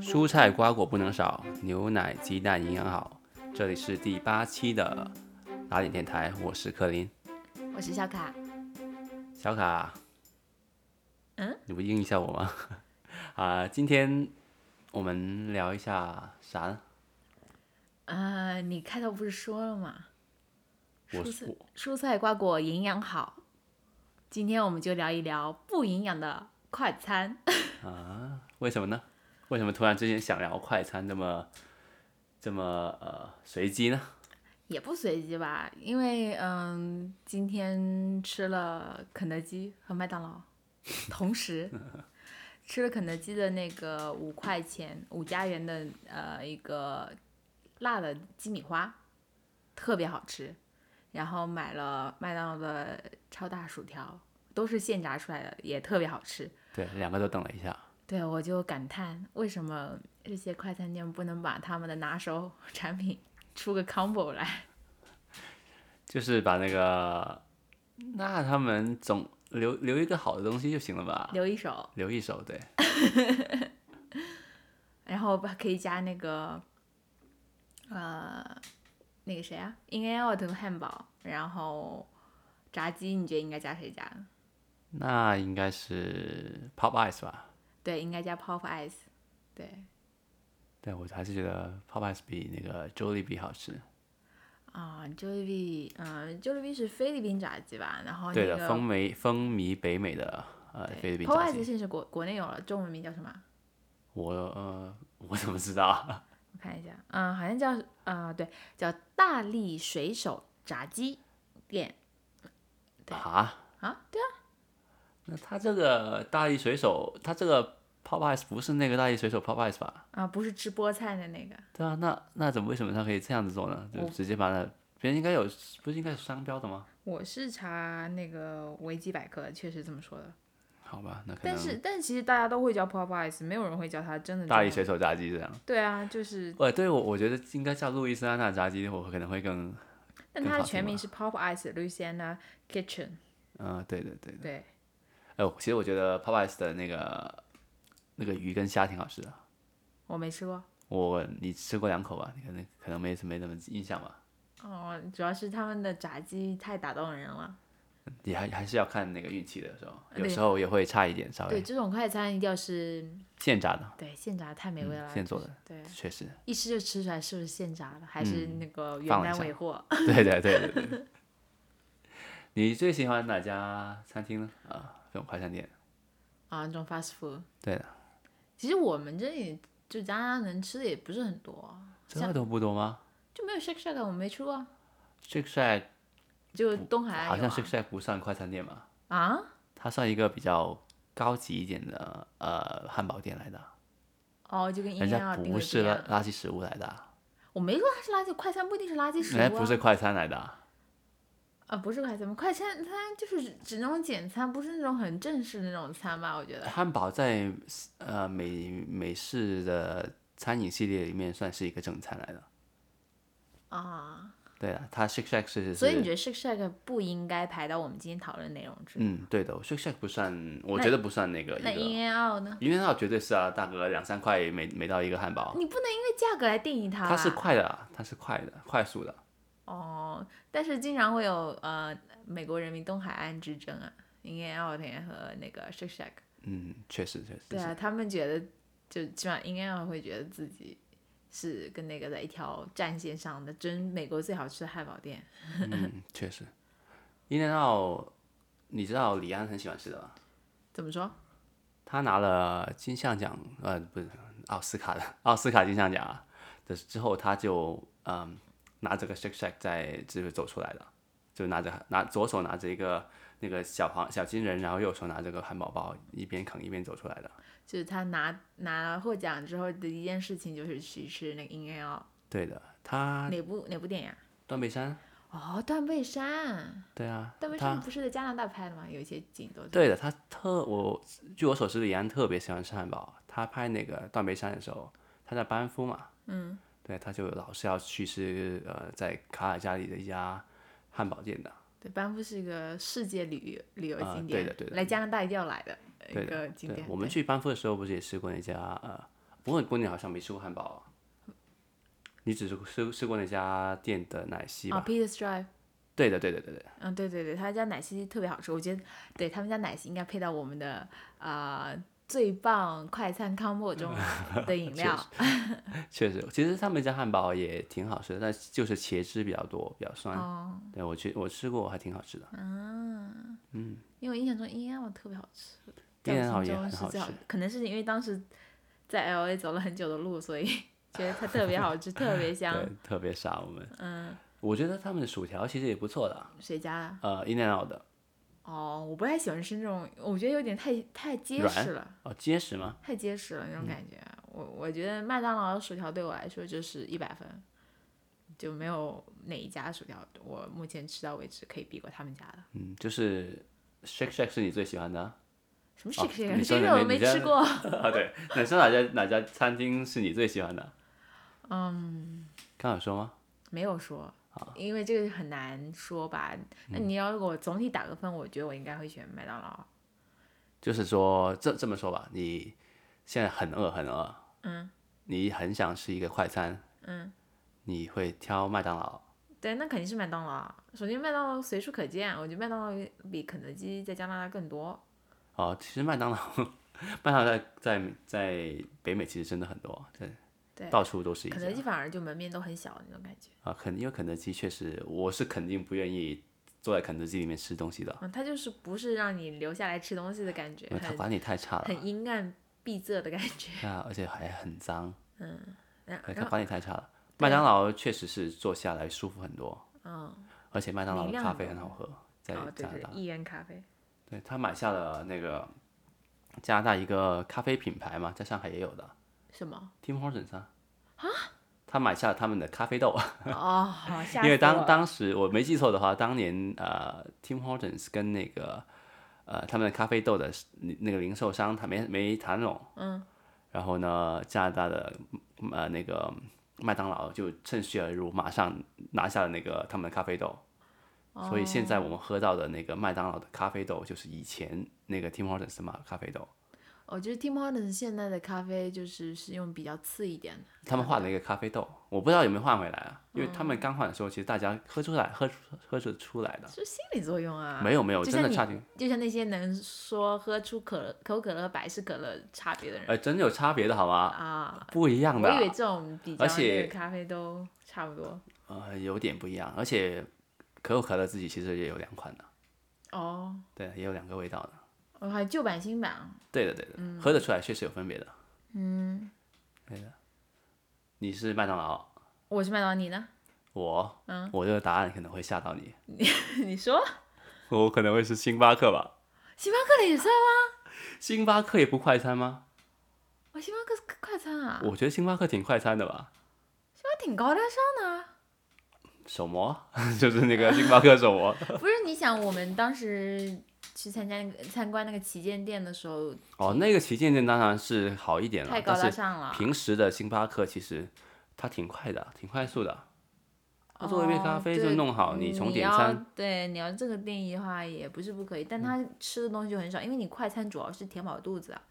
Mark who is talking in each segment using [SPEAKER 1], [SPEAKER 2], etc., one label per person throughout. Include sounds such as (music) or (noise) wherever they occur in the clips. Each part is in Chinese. [SPEAKER 1] 蔬菜瓜果不能少，牛奶鸡蛋营养好。这里是第八期的打点电台，我是柯林。
[SPEAKER 2] 我是小卡，
[SPEAKER 1] 小卡，
[SPEAKER 2] 嗯，
[SPEAKER 1] 你不应一下我吗？ (laughs) 啊、今天我们聊一下啥呢？
[SPEAKER 2] 呃，你开头不是说了吗？
[SPEAKER 1] 我
[SPEAKER 2] 蔬菜蔬菜瓜果营养好，今天我们就聊一聊不营养的快餐。
[SPEAKER 1] 为什么呢？为什么突然之间想聊快餐这么这么呃随机呢？
[SPEAKER 2] 也不随机吧，因为嗯，今天吃了肯德基和麦当劳，同时吃了肯德基的那个五块钱五加元的呃一个辣的鸡米花，特别好吃。然后买了麦当劳的超大薯条，都是现炸出来的，也特别好吃。
[SPEAKER 1] 对，两个都等了一下。
[SPEAKER 2] 对，我就感叹为什么这些快餐店不能把他们的拿手产品出个 combo 来。
[SPEAKER 1] 就是把那个，那他们总留留一个好的东西就行了吧？
[SPEAKER 2] 留一手，
[SPEAKER 1] 留一手，对，
[SPEAKER 2] 然后吧可以加那个，呃，那个谁啊，In and Out 的汉堡，然后炸鸡，你觉得应该加谁加？
[SPEAKER 1] 那应该是 Pop Ice 吧？
[SPEAKER 2] 对，应该加 Pop Ice。对
[SPEAKER 1] 对，我还是觉得 Pop Ice 比那个 Jollibee 好吃。
[SPEAKER 2] 啊、j o l l i b e 嗯、j o l l i b e 是菲律宾炸鸡吧？然后哦那
[SPEAKER 1] 对的，
[SPEAKER 2] 个
[SPEAKER 1] 风靡风靡北美的呃
[SPEAKER 2] 对
[SPEAKER 1] 菲律宾
[SPEAKER 2] Pop
[SPEAKER 1] 炸
[SPEAKER 2] Ice
[SPEAKER 1] 鸡，
[SPEAKER 2] 现在是国国内有了，中文名叫什么？
[SPEAKER 1] 我呃我怎么知道啊？
[SPEAKER 2] 我看一下，嗯，好像叫啊、对，叫大力水手炸鸡店对
[SPEAKER 1] 啊？
[SPEAKER 2] 啊，对啊，
[SPEAKER 1] 那他这个大力水手，他这个 Pop Ice 不是那个大力水手 Pop Ice 吧？
[SPEAKER 2] 啊、不是吃菠菜的那个。
[SPEAKER 1] 对啊，那那怎么为什么他可以这样子做呢？就
[SPEAKER 2] 我
[SPEAKER 1] 直接把那别人应该有不是应该有商标的吗？
[SPEAKER 2] 我是查那个维基百科，确实这么说的。
[SPEAKER 1] 好吧，那可能
[SPEAKER 2] 但是，但其实大家都会叫 Pop Ice，没有人会叫它真的
[SPEAKER 1] 大力
[SPEAKER 2] 叫
[SPEAKER 1] 水手炸鸡这样。
[SPEAKER 2] 对啊，就是，
[SPEAKER 1] 呃，对我我觉得应该叫路易斯安那炸鸡，我可能会更，更
[SPEAKER 2] 但它的
[SPEAKER 1] 好
[SPEAKER 2] 全
[SPEAKER 1] 听
[SPEAKER 2] 名是 Pop Ice Louisiana Kitchen。
[SPEAKER 1] 嗯、对对对。
[SPEAKER 2] 对，
[SPEAKER 1] 哎、我其实我觉得 Popeyes 的那个那个鱼跟虾挺好吃的，
[SPEAKER 2] 我没吃过。
[SPEAKER 1] 我你吃过两口吧？你可能可能没没怎么印象吧，
[SPEAKER 2] 哦，主要是他们的炸鸡太打动人了。
[SPEAKER 1] 也还还是要看那个运气的，有时候有
[SPEAKER 2] 对
[SPEAKER 1] 时候也会差一点，稍
[SPEAKER 2] 对，
[SPEAKER 1] 微
[SPEAKER 2] 这种快餐一定要是
[SPEAKER 1] 现炸的，
[SPEAKER 2] 对嗯现炸，太美味了。
[SPEAKER 1] 现做的，
[SPEAKER 2] 对，
[SPEAKER 1] 确实，
[SPEAKER 2] 一吃就吃出来是不是现炸的，还是那个原
[SPEAKER 1] 放了一
[SPEAKER 2] 单
[SPEAKER 1] 下
[SPEAKER 2] 尾货？
[SPEAKER 1] 对对对对对。你最喜欢哪家餐厅呢？啊，这种快餐店，
[SPEAKER 2] 啊，这种 fast food。
[SPEAKER 1] 对的。
[SPEAKER 2] 其实我们这里就加拿大能吃的也不是很多，
[SPEAKER 1] 这都不多吗
[SPEAKER 2] 就没有 Shake Shack，我没吃过。
[SPEAKER 1] ？Shake Shack
[SPEAKER 2] 就东海岸
[SPEAKER 1] 好
[SPEAKER 2] 有
[SPEAKER 1] 像
[SPEAKER 2] 啊
[SPEAKER 1] Shake Shack 不算快餐店吧？
[SPEAKER 2] 啊？
[SPEAKER 1] 它算一个比较高级一点的呃汉堡店来的，
[SPEAKER 2] 哦，就跟营
[SPEAKER 1] 人
[SPEAKER 2] 养
[SPEAKER 1] 家
[SPEAKER 2] 二定
[SPEAKER 1] 不
[SPEAKER 2] 位
[SPEAKER 1] 是垃
[SPEAKER 2] 样。
[SPEAKER 1] 垃圾食物来的啊，
[SPEAKER 2] 我没说它是垃圾快餐，不一定是垃圾食物、啊。
[SPEAKER 1] 哎人家不是快餐来的啊，
[SPEAKER 2] 啊，不是快餐，快餐它就是指那种简餐，不是那种很正式的那种餐吧？我觉得。
[SPEAKER 1] 汉堡在呃美美式的餐饮系列里面算是一个正餐来的。
[SPEAKER 2] 啊，
[SPEAKER 1] 对啊，它 Shake Shack 是
[SPEAKER 2] 所以你觉
[SPEAKER 1] 是，
[SPEAKER 2] 得 Shake Shack 不应该排到我们今天讨论内容之？
[SPEAKER 1] 嗯，对的，Shake Shack 不算，我
[SPEAKER 2] 那
[SPEAKER 1] 觉得不算那个一
[SPEAKER 2] 那
[SPEAKER 1] 个，
[SPEAKER 2] In and Out 呢？
[SPEAKER 1] 因为它绝对是啊，大哥两三块每每到一个汉堡，
[SPEAKER 2] 你不能因为价格来定义它吧。
[SPEAKER 1] 它是快的啊，它是快的，快速的。
[SPEAKER 2] 哦，但是经常会有呃美国人民东海岸之争啊，In and Out 和那个 Shake Shack。
[SPEAKER 1] 嗯，确实确实。
[SPEAKER 2] 对啊，他们觉得就起码应该会觉得自己是跟那个在一条战线上的，真美国最好吃的汉堡店。
[SPEAKER 1] 嗯，确实。In and Out，你知道李安很喜欢吃的吧？
[SPEAKER 2] 怎么说？
[SPEAKER 1] 他拿了金像奖，呃，不是奥斯卡的奥斯卡金像奖啊的之后，他就嗯拿着个 Shake Shack 在就是走出来的，就拿着拿左手拿着一个那个小黄小金人，然后右手拿着个汉堡包，一边啃一边走出来的。
[SPEAKER 2] 就是他拿拿获奖之后的一件事情，就是去吃那个 In and Out
[SPEAKER 1] 对的，他
[SPEAKER 2] 哪部哪部电影啊？
[SPEAKER 1] 断背山，
[SPEAKER 2] 哦，断背山，
[SPEAKER 1] 对啊，
[SPEAKER 2] 断背
[SPEAKER 1] 他
[SPEAKER 2] 山不是在加拿大拍的吗？有一些景都是
[SPEAKER 1] 对的，他特我据我所知，李安特别喜欢吃汉堡。他拍那个《断背山》的时候，他在班夫嘛，嗯，对，他就老是要去吃呃，在卡尔加里的一家汉堡店的，
[SPEAKER 2] 对，班夫是一个世界旅旅游
[SPEAKER 1] 啊
[SPEAKER 2] 景
[SPEAKER 1] 对
[SPEAKER 2] 点，
[SPEAKER 1] 的对的
[SPEAKER 2] 来加拿大一定要来嗯的
[SPEAKER 1] 对
[SPEAKER 2] 一
[SPEAKER 1] 的
[SPEAKER 2] 个，景
[SPEAKER 1] 对
[SPEAKER 2] 点。，
[SPEAKER 1] 我们去班夫的时候不是也吃过那家呃，不过过年好像没吃过汉堡、啊，你只是吃吃过那家店的奶昔吧？
[SPEAKER 2] 啊，Peter's Drive，
[SPEAKER 1] 对的，对的，对的，
[SPEAKER 2] 嗯，对对对，他家奶昔特别好吃，我觉得对他们家奶昔应该配到我们的啊、呃最棒快餐 combo 中的 (laughs) 饮料。
[SPEAKER 1] 确实，其实他们家汉堡也挺好吃的，但就是茄汁比较多，比较酸。
[SPEAKER 2] 哦，
[SPEAKER 1] 对我去我吃过，还挺好吃的。
[SPEAKER 2] 嗯，因为我印象中阴暗特别好吃，在
[SPEAKER 1] 印
[SPEAKER 2] 我
[SPEAKER 1] 安好
[SPEAKER 2] 心
[SPEAKER 1] 也
[SPEAKER 2] 中
[SPEAKER 1] 很
[SPEAKER 2] 是
[SPEAKER 1] 好
[SPEAKER 2] 最好
[SPEAKER 1] 吃
[SPEAKER 2] 的，可能是因为当时 (laughs) 在 L A 走了很久的
[SPEAKER 1] (laughs)
[SPEAKER 2] 路，所以觉得它特别好吃，特别香。
[SPEAKER 1] 对，特别傻我们。
[SPEAKER 2] 嗯，
[SPEAKER 1] 我觉得他们的薯条其实也不错的，
[SPEAKER 2] 谁家的？
[SPEAKER 1] 呃，In and Out 的，
[SPEAKER 2] 哦，我不太喜欢吃那种，我觉得有点太太结
[SPEAKER 1] 软嗯
[SPEAKER 2] 实了，
[SPEAKER 1] 哦，结实吗？
[SPEAKER 2] 太结实了那种感觉。我我觉得麦当劳的薯条对我来说就是一百分，就没有哪一家薯条我目前吃到为止可以比过他们家的。
[SPEAKER 1] 嗯，就是 Shake Shack 是你最喜欢的啊？ (laughs)
[SPEAKER 2] 什么
[SPEAKER 1] 哦
[SPEAKER 2] shake shake？、
[SPEAKER 1] 你说
[SPEAKER 2] 这
[SPEAKER 1] 的
[SPEAKER 2] 个
[SPEAKER 1] 没
[SPEAKER 2] 我没
[SPEAKER 1] 你家
[SPEAKER 2] 吃
[SPEAKER 1] (laughs)
[SPEAKER 2] 过。
[SPEAKER 1] 啊，对，哪是哪家哪家餐厅是你最喜欢的？
[SPEAKER 2] 嗯，
[SPEAKER 1] 刚有说吗？
[SPEAKER 2] 没有说，
[SPEAKER 1] 啊
[SPEAKER 2] 因为这个很难说吧。那
[SPEAKER 1] 嗯
[SPEAKER 2] 你要给我总体打个分，我觉得我应该会选麦当劳。
[SPEAKER 1] 就是说这这么说吧，你现在很饿很饿，
[SPEAKER 2] 嗯，
[SPEAKER 1] 你很想吃一个快餐，
[SPEAKER 2] 嗯，
[SPEAKER 1] 你会挑麦当劳，
[SPEAKER 2] 对，那肯定是麦当劳。啊首先，麦当劳随处可见，我觉得麦当劳比肯德基在加拿大更多。
[SPEAKER 1] 哦，其实麦当劳， (laughs) 麦当劳在在在北美其实真的很多，对，
[SPEAKER 2] 对
[SPEAKER 1] 到处都是一
[SPEAKER 2] 肯
[SPEAKER 1] 家
[SPEAKER 2] 德基反而就门面都很小那种感觉。
[SPEAKER 1] 啊。肯因为肯德基确实，我是肯定不愿意坐在肯德基里面吃东西的，
[SPEAKER 2] 嗯，它就是不是让你留下来吃东西的感觉，
[SPEAKER 1] 因为它
[SPEAKER 2] 很
[SPEAKER 1] 管理太差了
[SPEAKER 2] 很阴暗闭塞的感觉。 (laughs)
[SPEAKER 1] 啊，而且还很脏，
[SPEAKER 2] 然
[SPEAKER 1] 对它
[SPEAKER 2] 然后，
[SPEAKER 1] 管理太差了。麦当劳确实是坐下来舒服很多，
[SPEAKER 2] 嗯，
[SPEAKER 1] 而且麦当劳
[SPEAKER 2] 明
[SPEAKER 1] 的
[SPEAKER 2] 亮
[SPEAKER 1] 咖
[SPEAKER 2] 很
[SPEAKER 1] 啡
[SPEAKER 2] 多
[SPEAKER 1] 很好喝，在
[SPEAKER 2] 哦，对
[SPEAKER 1] 加拿
[SPEAKER 2] 对
[SPEAKER 1] 大，。
[SPEAKER 2] 一元咖啡。
[SPEAKER 1] 对他买下了那个加拿大一个咖啡品牌嘛，在上海也有的 (laughs)
[SPEAKER 2] 什么？
[SPEAKER 1] ，Tim Hortons 啊。他买下了他们的咖啡豆，
[SPEAKER 2] 哦，好，吓
[SPEAKER 1] 因为
[SPEAKER 2] 死我
[SPEAKER 1] 当
[SPEAKER 2] 了
[SPEAKER 1] 当时我没记错的话，当年呃，Tim Hortons 跟那个呃他们的咖啡豆的那个零售商，他没没谈拢。嗯。然后呢，加拿大的呃那个麦当劳就趁虚而入，马上拿下了那个他们的咖啡豆。所以现在我们喝到的那个麦当劳的咖啡豆，就是以前那个 Tim Hortons 的嘛咖啡豆，
[SPEAKER 2] 我觉得 Tim Hortons 现在的咖啡就是是用比较次一点的，
[SPEAKER 1] 他们换了一个咖啡豆，我不知道有没有换回来啊，因为他
[SPEAKER 2] 嗯
[SPEAKER 1] 们刚换的时候，其实大家喝出来，喝出喝出出来的，
[SPEAKER 2] 是心理作用啊。
[SPEAKER 1] 没有没有，
[SPEAKER 2] 就
[SPEAKER 1] 真的
[SPEAKER 2] 像
[SPEAKER 1] 差
[SPEAKER 2] 你
[SPEAKER 1] 距，
[SPEAKER 2] 就像那些能说喝出可可口可乐、百事可乐差别的人
[SPEAKER 1] 哎，真有差别的好吗？
[SPEAKER 2] 啊，
[SPEAKER 1] 不一样
[SPEAKER 2] 我
[SPEAKER 1] 的
[SPEAKER 2] 以
[SPEAKER 1] 啊，
[SPEAKER 2] 为这种比较
[SPEAKER 1] 而且
[SPEAKER 2] 那个咖啡都差不多。
[SPEAKER 1] 呃，有点不一样，而且可口可乐自己其实也有两款的，
[SPEAKER 2] 哦，
[SPEAKER 1] 对，也有两个味道的，
[SPEAKER 2] 我还旧版新版，
[SPEAKER 1] 对的对的，喝得出来确实有分别的，
[SPEAKER 2] 嗯，
[SPEAKER 1] 你是麦当劳，
[SPEAKER 2] 我是麦当劳，你呢？
[SPEAKER 1] 我，
[SPEAKER 2] 嗯
[SPEAKER 1] 我这个答案可能会吓到你，
[SPEAKER 2] (laughs) 你说
[SPEAKER 1] 我可能会是星巴克吧。
[SPEAKER 2] 星巴克的也算啊吗？
[SPEAKER 1] 星巴克也不快餐吗？
[SPEAKER 2] 我星巴克是快餐啊，
[SPEAKER 1] 我觉得星巴克挺快餐的吧，
[SPEAKER 2] 它挺高大上的啊。
[SPEAKER 1] 手模 (laughs) 就是那个星巴克手模。 (laughs)
[SPEAKER 2] 不是，你想我们当时去参加那个参观那个旗舰店的时候，
[SPEAKER 1] 哦，那个旗舰店当然是好一点了
[SPEAKER 2] 太，高大
[SPEAKER 1] 但是
[SPEAKER 2] 上了。
[SPEAKER 1] 平时的星巴克其实它挺快的，挺快速的。它做一杯咖啡
[SPEAKER 2] 哦
[SPEAKER 1] 就
[SPEAKER 2] 对
[SPEAKER 1] 弄好，你从点
[SPEAKER 2] 要
[SPEAKER 1] 餐，
[SPEAKER 2] 对你要这个定义的话也不是不可以，但他吃的东西就很少，因为你快餐主要是填饱肚子啊，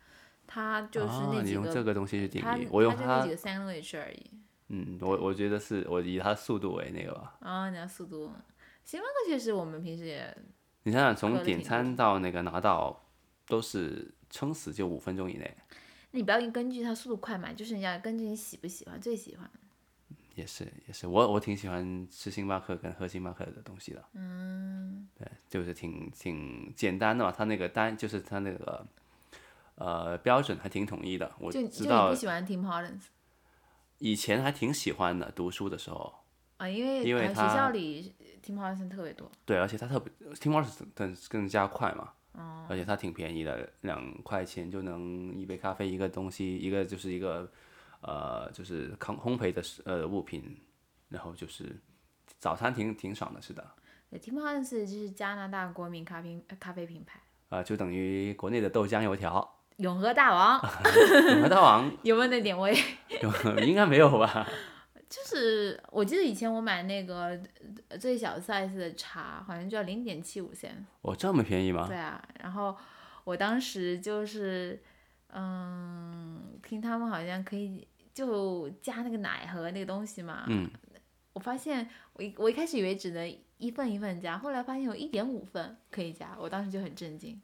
[SPEAKER 2] 他就是
[SPEAKER 1] 啊
[SPEAKER 2] 那
[SPEAKER 1] 你
[SPEAKER 2] 几
[SPEAKER 1] 用这
[SPEAKER 2] 个，
[SPEAKER 1] 个东西去定
[SPEAKER 2] 他
[SPEAKER 1] 义，我用
[SPEAKER 2] 他就那
[SPEAKER 1] 它
[SPEAKER 2] 几，个 sandwich 而已
[SPEAKER 1] 嗯，我我觉得是我以它速度为那个吧。
[SPEAKER 2] 啊，你要速度。星巴克确实我们平时也
[SPEAKER 1] 你想想，
[SPEAKER 2] 喝
[SPEAKER 1] 从
[SPEAKER 2] 得
[SPEAKER 1] 点
[SPEAKER 2] 挺
[SPEAKER 1] 餐到那个拿到，都是撑死就五分钟以内，
[SPEAKER 2] 你不要根据它速度快嘛，就是你要根据你喜不喜欢，最喜欢。
[SPEAKER 1] 也是也是，我我挺喜欢吃星巴克跟喝星巴克的东西的。
[SPEAKER 2] 嗯，
[SPEAKER 1] 对，就是挺挺简单的嘛，它那个单就是它那个呃标准还挺统一的。我
[SPEAKER 2] 就就
[SPEAKER 1] 知
[SPEAKER 2] 你不
[SPEAKER 1] 道
[SPEAKER 2] 喜欢 Tim Hortons
[SPEAKER 1] 以前还挺喜欢的，读书的时候，
[SPEAKER 2] 啊，因为
[SPEAKER 1] 因为
[SPEAKER 2] 呃
[SPEAKER 1] 它
[SPEAKER 2] 学校里 Tim Hortons 特别多。
[SPEAKER 1] 对，而且它特别 Tim Hortons 更更加快嘛，
[SPEAKER 2] 哦
[SPEAKER 1] 而且它挺便宜的，两块钱就能一杯咖啡，一个东西，一个就是一个呃就是烘烘焙的食呃物品，然后就是早餐挺挺爽的，是的，
[SPEAKER 2] 对，Tim Hortons 就是加拿大国民咖啡咖啡品牌，
[SPEAKER 1] 呃就等于国内的豆浆油条，(laughs)
[SPEAKER 2] 永和大王
[SPEAKER 1] 永和大王
[SPEAKER 2] 有没有那点味？ (laughs)
[SPEAKER 1] 有应该没有吧？ (laughs)
[SPEAKER 2] 就是我记得以前我买那个呃最小 size 的茶，好像就要零点七五仙。
[SPEAKER 1] 哦，这么便宜吗
[SPEAKER 2] 对？啊，然后我当时就是，嗯，听他们好像可以就加那个奶和那个东西嘛。
[SPEAKER 1] 嗯。
[SPEAKER 2] 我发现我一我一开始以为只能一份一份加，后来发现有一点五份可以加，我当时就很震惊。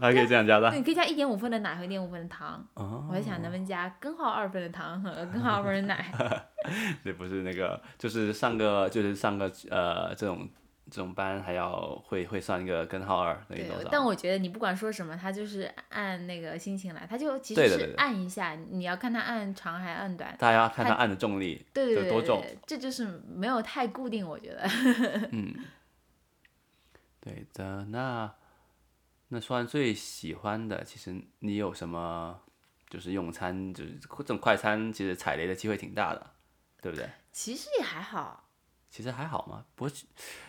[SPEAKER 1] 还可以这样加的
[SPEAKER 2] 对，你可以加一点五份的奶和一点五份的糖。
[SPEAKER 1] 哦
[SPEAKER 2] 我在想能不能加根号二份的糖
[SPEAKER 1] (laughs)
[SPEAKER 2] 和根号二份的奶。
[SPEAKER 1] 对，不是那个，就是上个就是上个呃这种这种班还要会会算一个根号二等于
[SPEAKER 2] 对
[SPEAKER 1] 多，
[SPEAKER 2] 但
[SPEAKER 1] 少？
[SPEAKER 2] 我觉得你不管说什么，他就是按那个心情来，他就其
[SPEAKER 1] 对
[SPEAKER 2] 实
[SPEAKER 1] 的对
[SPEAKER 2] 是
[SPEAKER 1] 的
[SPEAKER 2] 按一下，你要看他按长还按短。
[SPEAKER 1] 大家要看它
[SPEAKER 2] 它
[SPEAKER 1] 按的重力，
[SPEAKER 2] 对对
[SPEAKER 1] 就多
[SPEAKER 2] 对
[SPEAKER 1] 重
[SPEAKER 2] 对，这就是没有太固定，我觉得。 (laughs)
[SPEAKER 1] 对的，那那说完最喜欢的，其实你有什么就是用餐，就是这种快餐，其实踩雷的机会挺大的，对不对？
[SPEAKER 2] 其实也还好，
[SPEAKER 1] 其实还好嘛，不过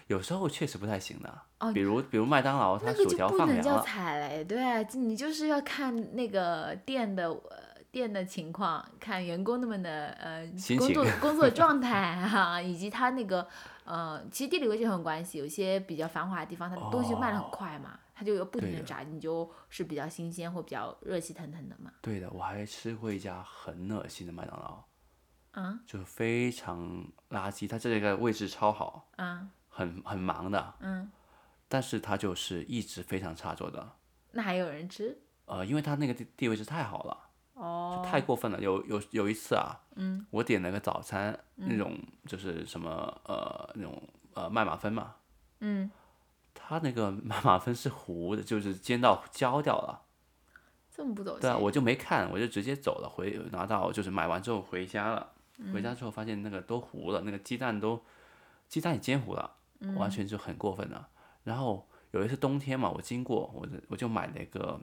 [SPEAKER 1] 有时候确实不太行的，
[SPEAKER 2] 哦
[SPEAKER 1] 比如比如麦当劳哦它
[SPEAKER 2] 那个
[SPEAKER 1] 薯
[SPEAKER 2] 就
[SPEAKER 1] 条
[SPEAKER 2] 不
[SPEAKER 1] 放
[SPEAKER 2] 能
[SPEAKER 1] 凉
[SPEAKER 2] 叫
[SPEAKER 1] 了，
[SPEAKER 2] 踩雷，对啊，你就是要看那个店的呃店的情况，看员工们的呃
[SPEAKER 1] 心
[SPEAKER 2] 工
[SPEAKER 1] 情 (laughs)
[SPEAKER 2] 作工作状态啊，以及他那个呃，其实地理位置很有关系，有些比较繁华的地方，它的东西卖的很快嘛，它就有不停
[SPEAKER 1] 哦对
[SPEAKER 2] 的
[SPEAKER 1] 的
[SPEAKER 2] 炸，你就是比较新鲜或比较热气腾腾的嘛。
[SPEAKER 1] 对的，我还吃过一家很恶心的麦当劳，
[SPEAKER 2] 啊
[SPEAKER 1] 就是非常垃圾，它这个位置超好，
[SPEAKER 2] 啊，
[SPEAKER 1] 很很忙的，
[SPEAKER 2] 嗯，
[SPEAKER 1] 但是它就是一直非常差做的，
[SPEAKER 2] 那还有人吃
[SPEAKER 1] 呃，因为它那个地地位置太好了。
[SPEAKER 2] 哦？
[SPEAKER 1] 太过分了。有有有一次啊，嗯，我点了个早餐，
[SPEAKER 2] 嗯
[SPEAKER 1] 那种就是什么呃那种呃麦马芬嘛，
[SPEAKER 2] 嗯，
[SPEAKER 1] 它那个 (laughs) 麦马芬是糊的，就是煎到焦掉了。
[SPEAKER 2] 这么不走心
[SPEAKER 1] 对啊，我就没看，我就直接走了，回拿到就是买完之后回家了。回家之后发现那个都糊了，那个鸡蛋都鸡蛋也煎糊了，完全就很过分了。然后有一次冬天嘛，我经过，我就我就买了一个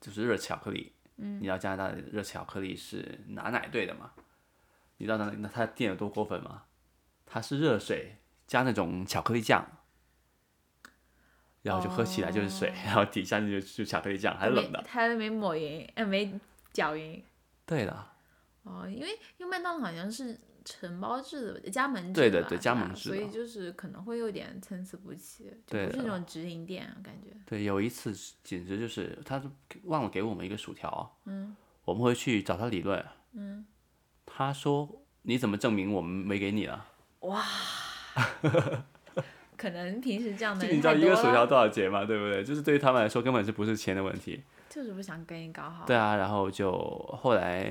[SPEAKER 1] 就是热巧克力。嗯，你知道加拿大的热巧克力是拿奶兑的嘛？你知道那那它的店有多过分吗？它是热水加那种巧克力酱。然后就喝起来就是水，然后底下就就巧克力酱，还
[SPEAKER 2] 它
[SPEAKER 1] 是
[SPEAKER 2] 没
[SPEAKER 1] 冷的。
[SPEAKER 2] 它没抹匀，呃，没搅匀。
[SPEAKER 1] 对的，
[SPEAKER 2] 哦，因为因为麦当劳好像是承包制的，加盟制
[SPEAKER 1] 对的
[SPEAKER 2] 嘛
[SPEAKER 1] 对加
[SPEAKER 2] 吧
[SPEAKER 1] 盟制
[SPEAKER 2] 所
[SPEAKER 1] 的
[SPEAKER 2] 以就是可能会有点参差不齐，就
[SPEAKER 1] 对
[SPEAKER 2] 不是那
[SPEAKER 1] 的
[SPEAKER 2] 种直营店啊感觉。
[SPEAKER 1] 对，有一次是简直就是他是忘了给我们一个薯条，嗯，我们回去找他理论，嗯，他说你怎么证明我们没给你啊了？
[SPEAKER 2] 可能平时这样的
[SPEAKER 1] 就
[SPEAKER 2] 人
[SPEAKER 1] 你知道
[SPEAKER 2] 太
[SPEAKER 1] 一
[SPEAKER 2] 多
[SPEAKER 1] 个薯条
[SPEAKER 2] 了，
[SPEAKER 1] 多少钱嘛，对不对？就是对于他们来说根本是不是钱的问题。
[SPEAKER 2] 就是不想跟你搞好。
[SPEAKER 1] 对啊，然后就后来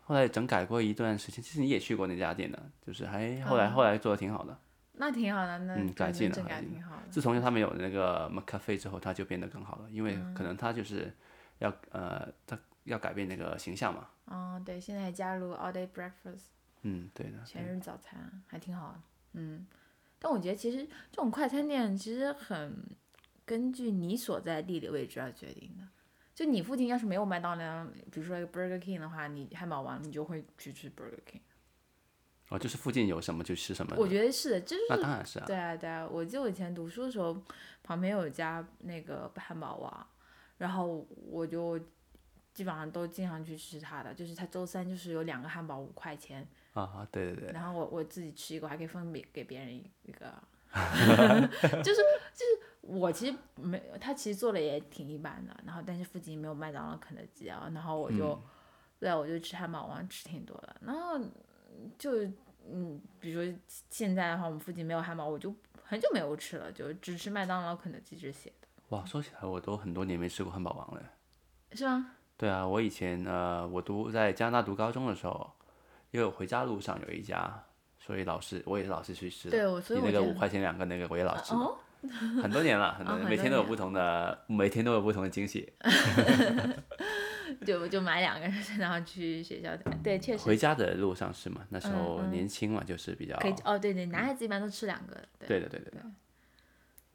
[SPEAKER 1] 后来整改过一段时间，其实你也去过那家店的，就是还
[SPEAKER 2] 嗯
[SPEAKER 1] 后来、后来做的挺好的。
[SPEAKER 2] 那挺好的，那
[SPEAKER 1] 嗯改
[SPEAKER 2] 感觉
[SPEAKER 1] 进了
[SPEAKER 2] 整
[SPEAKER 1] 改
[SPEAKER 2] 改
[SPEAKER 1] 进
[SPEAKER 2] 挺好的。
[SPEAKER 1] 自从他们有那个 McCafe 之后，他就变得更好了，因为
[SPEAKER 2] 嗯
[SPEAKER 1] 可能他就是要、呃他要改变那个形象嘛。
[SPEAKER 2] 哦，对，现在还加入 all day breakfast
[SPEAKER 1] 嗯，对的。
[SPEAKER 2] 全日早餐，还挺好的。嗯，但我觉得其实这种快餐店其实很根据你所在地理位置而决定的。就你附近要是没有麦当劳，比如说一个 Burger King 的话，你汉堡王你就会去吃 Burger King。
[SPEAKER 1] 哦，就是附近有什么就吃什么。
[SPEAKER 2] 我觉得是的，这就是
[SPEAKER 1] 那当然是啊，
[SPEAKER 2] 对啊，对啊，我记得我以前读书的时候，旁边有一家那个汉堡王，然后我就基本上都经常去吃它的，就是它周三就是有两个汉堡五块钱，
[SPEAKER 1] 啊，对对对，
[SPEAKER 2] 然后我我自己吃一个，我还可以分别给别人一
[SPEAKER 1] (laughs)
[SPEAKER 2] 一个，就是就是我其实没，他其实做的也挺一般的，然后但是附近没有麦当劳、肯德基啊，然后我就，
[SPEAKER 1] 嗯
[SPEAKER 2] 对啊，我就吃汉堡王吃挺多的，然后就嗯，比如说现在的话，我们附近没有汉堡，我就很久没有吃了，就只吃麦当劳、肯德基这些的，
[SPEAKER 1] 哇，说起来我都很多年没吃过汉堡王了。
[SPEAKER 2] 是吗？
[SPEAKER 1] 对啊，我以前呃，我读在加拿大读高中的时候，因为我回家路上有一家，所以老是我也是老是去吃的。
[SPEAKER 2] 对我所以
[SPEAKER 1] 你
[SPEAKER 2] 我
[SPEAKER 1] 那个
[SPEAKER 2] 觉
[SPEAKER 1] 五
[SPEAKER 2] 得
[SPEAKER 1] 块钱两个那个我也老吃的，
[SPEAKER 2] 哦，
[SPEAKER 1] 很多年了，很多
[SPEAKER 2] 哦
[SPEAKER 1] 年，
[SPEAKER 2] 很
[SPEAKER 1] 每
[SPEAKER 2] 多
[SPEAKER 1] 天都有
[SPEAKER 2] 年
[SPEAKER 1] 不同的，每天都有不同的惊喜。
[SPEAKER 2] 就就买两个，然后去学校，对，确实
[SPEAKER 1] 回家啊的路上是嘛，那时候
[SPEAKER 2] 嗯
[SPEAKER 1] 年轻嘛，就是比较
[SPEAKER 2] 可以，哦，对对，男孩子一般都吃两个，对。嗯
[SPEAKER 1] 对的，对的，对的，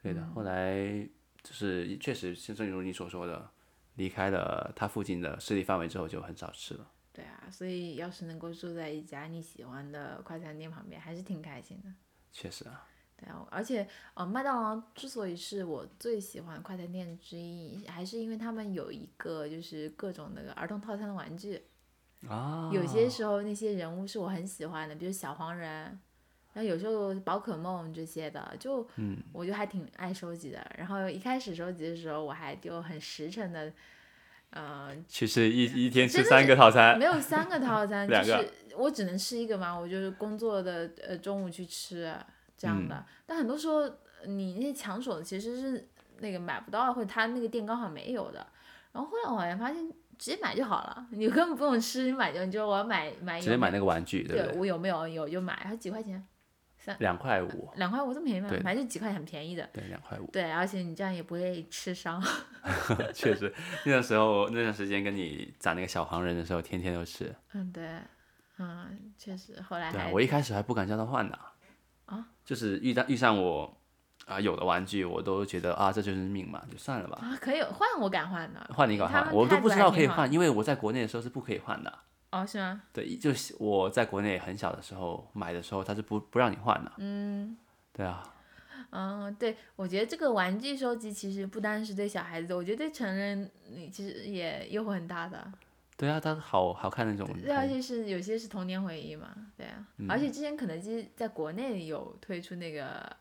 [SPEAKER 1] 对的。后来就是确实，像正如你所说的，离开了它附近的势力范围之后，就很少吃了。
[SPEAKER 2] 对啊，所以要是能够住在一家你喜欢的快餐店旁边，还是挺开心的。
[SPEAKER 1] 确实啊，
[SPEAKER 2] 对啊，而且呃，麦当劳之所以是我最喜欢的快餐店之一，还是因为他们有一个就是各种那个儿童套餐的玩具，
[SPEAKER 1] 啊，
[SPEAKER 2] 有些时候那些人物是我很喜欢的，比如小黄人，然后有时候宝可梦这些的，就我就还挺爱收集的。然后一开始收集的时候，我还就很实诚的，呃，
[SPEAKER 1] 去吃一一天吃
[SPEAKER 2] 真的
[SPEAKER 1] 三个套餐，
[SPEAKER 2] 没有三个套餐，就
[SPEAKER 1] 两个
[SPEAKER 2] 是我只能吃一个嘛，我就是工作的呃中午去吃这样
[SPEAKER 1] 嗯
[SPEAKER 2] 的。但很多时候呃你那些抢手的其实是那个买不到，或者他那个店刚好没有的。然后后来我好像发现直接买就好了，你根本不用吃，你买就你就我要买买有
[SPEAKER 1] 直接
[SPEAKER 2] 没
[SPEAKER 1] 买
[SPEAKER 2] 有
[SPEAKER 1] 那个玩具，对
[SPEAKER 2] 对
[SPEAKER 1] 不对？
[SPEAKER 2] 我有没有有就买，还几块钱，
[SPEAKER 1] 两块五，
[SPEAKER 2] 两块五这么便宜吗
[SPEAKER 1] 对？
[SPEAKER 2] 反正就几块钱很便宜的。
[SPEAKER 1] 对，两
[SPEAKER 2] (laughs)
[SPEAKER 1] 块五，
[SPEAKER 2] 对，而且你这样也不会吃伤。 (laughs)
[SPEAKER 1] 确实，那段时候那段时间跟你攒那个小黄人的时候，天天都吃。
[SPEAKER 2] 嗯，对，嗯，确实，后来
[SPEAKER 1] 对啊
[SPEAKER 2] 还，
[SPEAKER 1] 我一开始还不敢叫他换呢。
[SPEAKER 2] 啊，
[SPEAKER 1] 就是遇到遇上我啊、有的玩具，我都觉得啊，这就是命嘛，就算了吧。
[SPEAKER 2] 啊可以换，我敢换的。
[SPEAKER 1] 换你搞
[SPEAKER 2] 他
[SPEAKER 1] 换，
[SPEAKER 2] 们
[SPEAKER 1] 我都
[SPEAKER 2] 态
[SPEAKER 1] 不知
[SPEAKER 2] 度还
[SPEAKER 1] 道
[SPEAKER 2] 挺
[SPEAKER 1] 可以
[SPEAKER 2] 好
[SPEAKER 1] 换，因为我在国内的时候是不可以换的。
[SPEAKER 2] 哦，是吗？
[SPEAKER 1] 对，就是我在国内很小的时候买的时候，他是不不让你换的。嗯，对啊，
[SPEAKER 2] 嗯，对，我觉得这个玩具收集其实不单是对小孩子，我觉得对成人你其实也诱惑很大的。
[SPEAKER 1] 对啊，他好好看那种。
[SPEAKER 2] 对，而且是有些是童年回忆嘛，对啊。
[SPEAKER 1] 嗯
[SPEAKER 2] 而且之前肯德基在国内有推出那个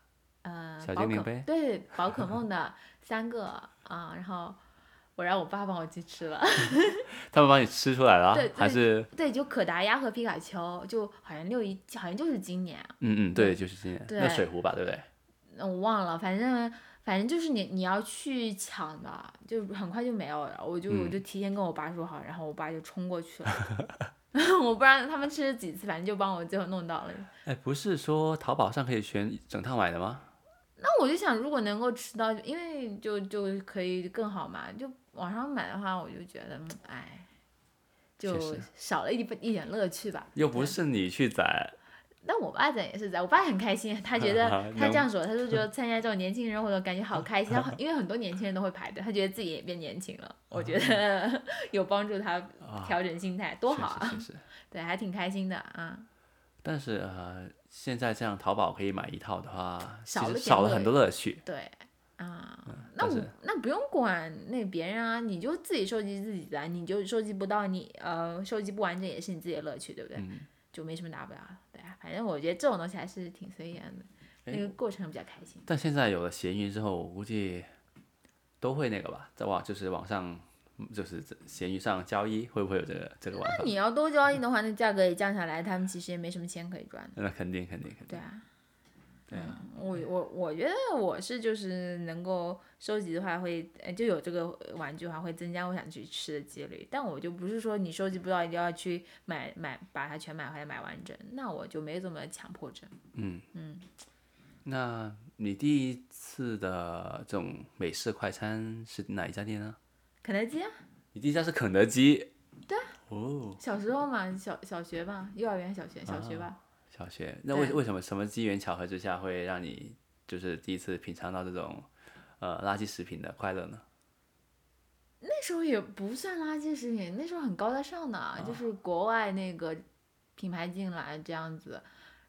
[SPEAKER 2] 呃
[SPEAKER 1] 小
[SPEAKER 2] 宝
[SPEAKER 1] 精灵
[SPEAKER 2] 可
[SPEAKER 1] 杯
[SPEAKER 2] 对宝可梦的三个啊、然后我让我爸帮我去吃了， (laughs)
[SPEAKER 1] 他们帮你吃出来了啊
[SPEAKER 2] 对，
[SPEAKER 1] 还
[SPEAKER 2] 对
[SPEAKER 1] 是
[SPEAKER 2] 对，就可达鸭和皮卡丘，就好像六一，好像就是今年，
[SPEAKER 1] 嗯嗯，对，就是今年那
[SPEAKER 2] 对
[SPEAKER 1] 水壶吧，对不对？
[SPEAKER 2] 嗯我忘了，反正反正就是你你要去抢的，就很快就没有了。我就、我
[SPEAKER 1] 嗯
[SPEAKER 2] 就提前跟我爸说好，然后我爸就冲过去了。 (laughs) 我不知道他们吃了几次，反正就帮我最后弄到了。
[SPEAKER 1] 哎，不是说淘宝上可以选整套买的吗？
[SPEAKER 2] 那我就想，如果能够吃到，因为就就可以更好嘛。就网上买的话，我就觉得，嗯哎，
[SPEAKER 1] 确
[SPEAKER 2] 就
[SPEAKER 1] 实
[SPEAKER 2] 少了一点一点乐趣吧。
[SPEAKER 1] 又不是你去宰，
[SPEAKER 2] 但我爸在也是在，我爸很开心，他觉得
[SPEAKER 1] (laughs)
[SPEAKER 2] 他
[SPEAKER 1] 能
[SPEAKER 2] 这样说，他就觉得参加这种年轻人活动感觉好开心。他很因为很多年轻人都会排队，他觉得自己也变年轻了，我觉得 (laughs) 有帮助他调整心态，多好
[SPEAKER 1] 啊确
[SPEAKER 2] 啊！
[SPEAKER 1] 实确实。
[SPEAKER 2] (laughs) 对，还挺开心的啊。
[SPEAKER 1] 但是呃，现在这样淘宝可以买一套的话，其
[SPEAKER 2] 少了
[SPEAKER 1] 实
[SPEAKER 2] 点
[SPEAKER 1] 少了
[SPEAKER 2] 乐
[SPEAKER 1] 很多乐趣。
[SPEAKER 2] 对啊，那
[SPEAKER 1] 嗯但
[SPEAKER 2] 我
[SPEAKER 1] 是
[SPEAKER 2] 那不用管那别人啊，你就自己收集自己的啊，你就收集不到你呃收集不完整也是你自己的乐趣，对不对？
[SPEAKER 1] 嗯
[SPEAKER 2] 就没什么大不了的，对啊，反正我觉得这种东西还是挺随缘的，
[SPEAKER 1] 哎
[SPEAKER 2] 那个过程比较开心。
[SPEAKER 1] 但现在有了闲鱼之后，我估计都会那个吧，在网就是网上就是闲鱼上交易，会不会有这个这个玩法
[SPEAKER 2] 那？你要多交易的话，那价格也降下来，他们其实也没什么钱可以赚的。
[SPEAKER 1] 那肯定肯定肯定。
[SPEAKER 2] 对啊，嗯，我我我觉得我是就是能够收集的话会，呃就有这个玩具的话会增加我想去吃的几率。但我就不是说你收集不到一定要去买买把它全买回来买完整，那我就没这么强迫症。
[SPEAKER 1] 那你第一次的这种美式快餐是哪一家店呢？
[SPEAKER 2] 肯德基啊，
[SPEAKER 1] 你第一家是肯德基。对哦，
[SPEAKER 2] 小时候嘛，小小学吧，幼儿园、小学、小学吧，
[SPEAKER 1] 小学。那为
[SPEAKER 2] 对
[SPEAKER 1] 为什么什么机缘巧合之下会让你就是第一次品尝到这种呃垃圾食品的快乐呢？
[SPEAKER 2] 那时候也不算垃圾食品，那时候很高大上的，啊
[SPEAKER 1] 啊
[SPEAKER 2] 就是国外那个品牌进来这样子。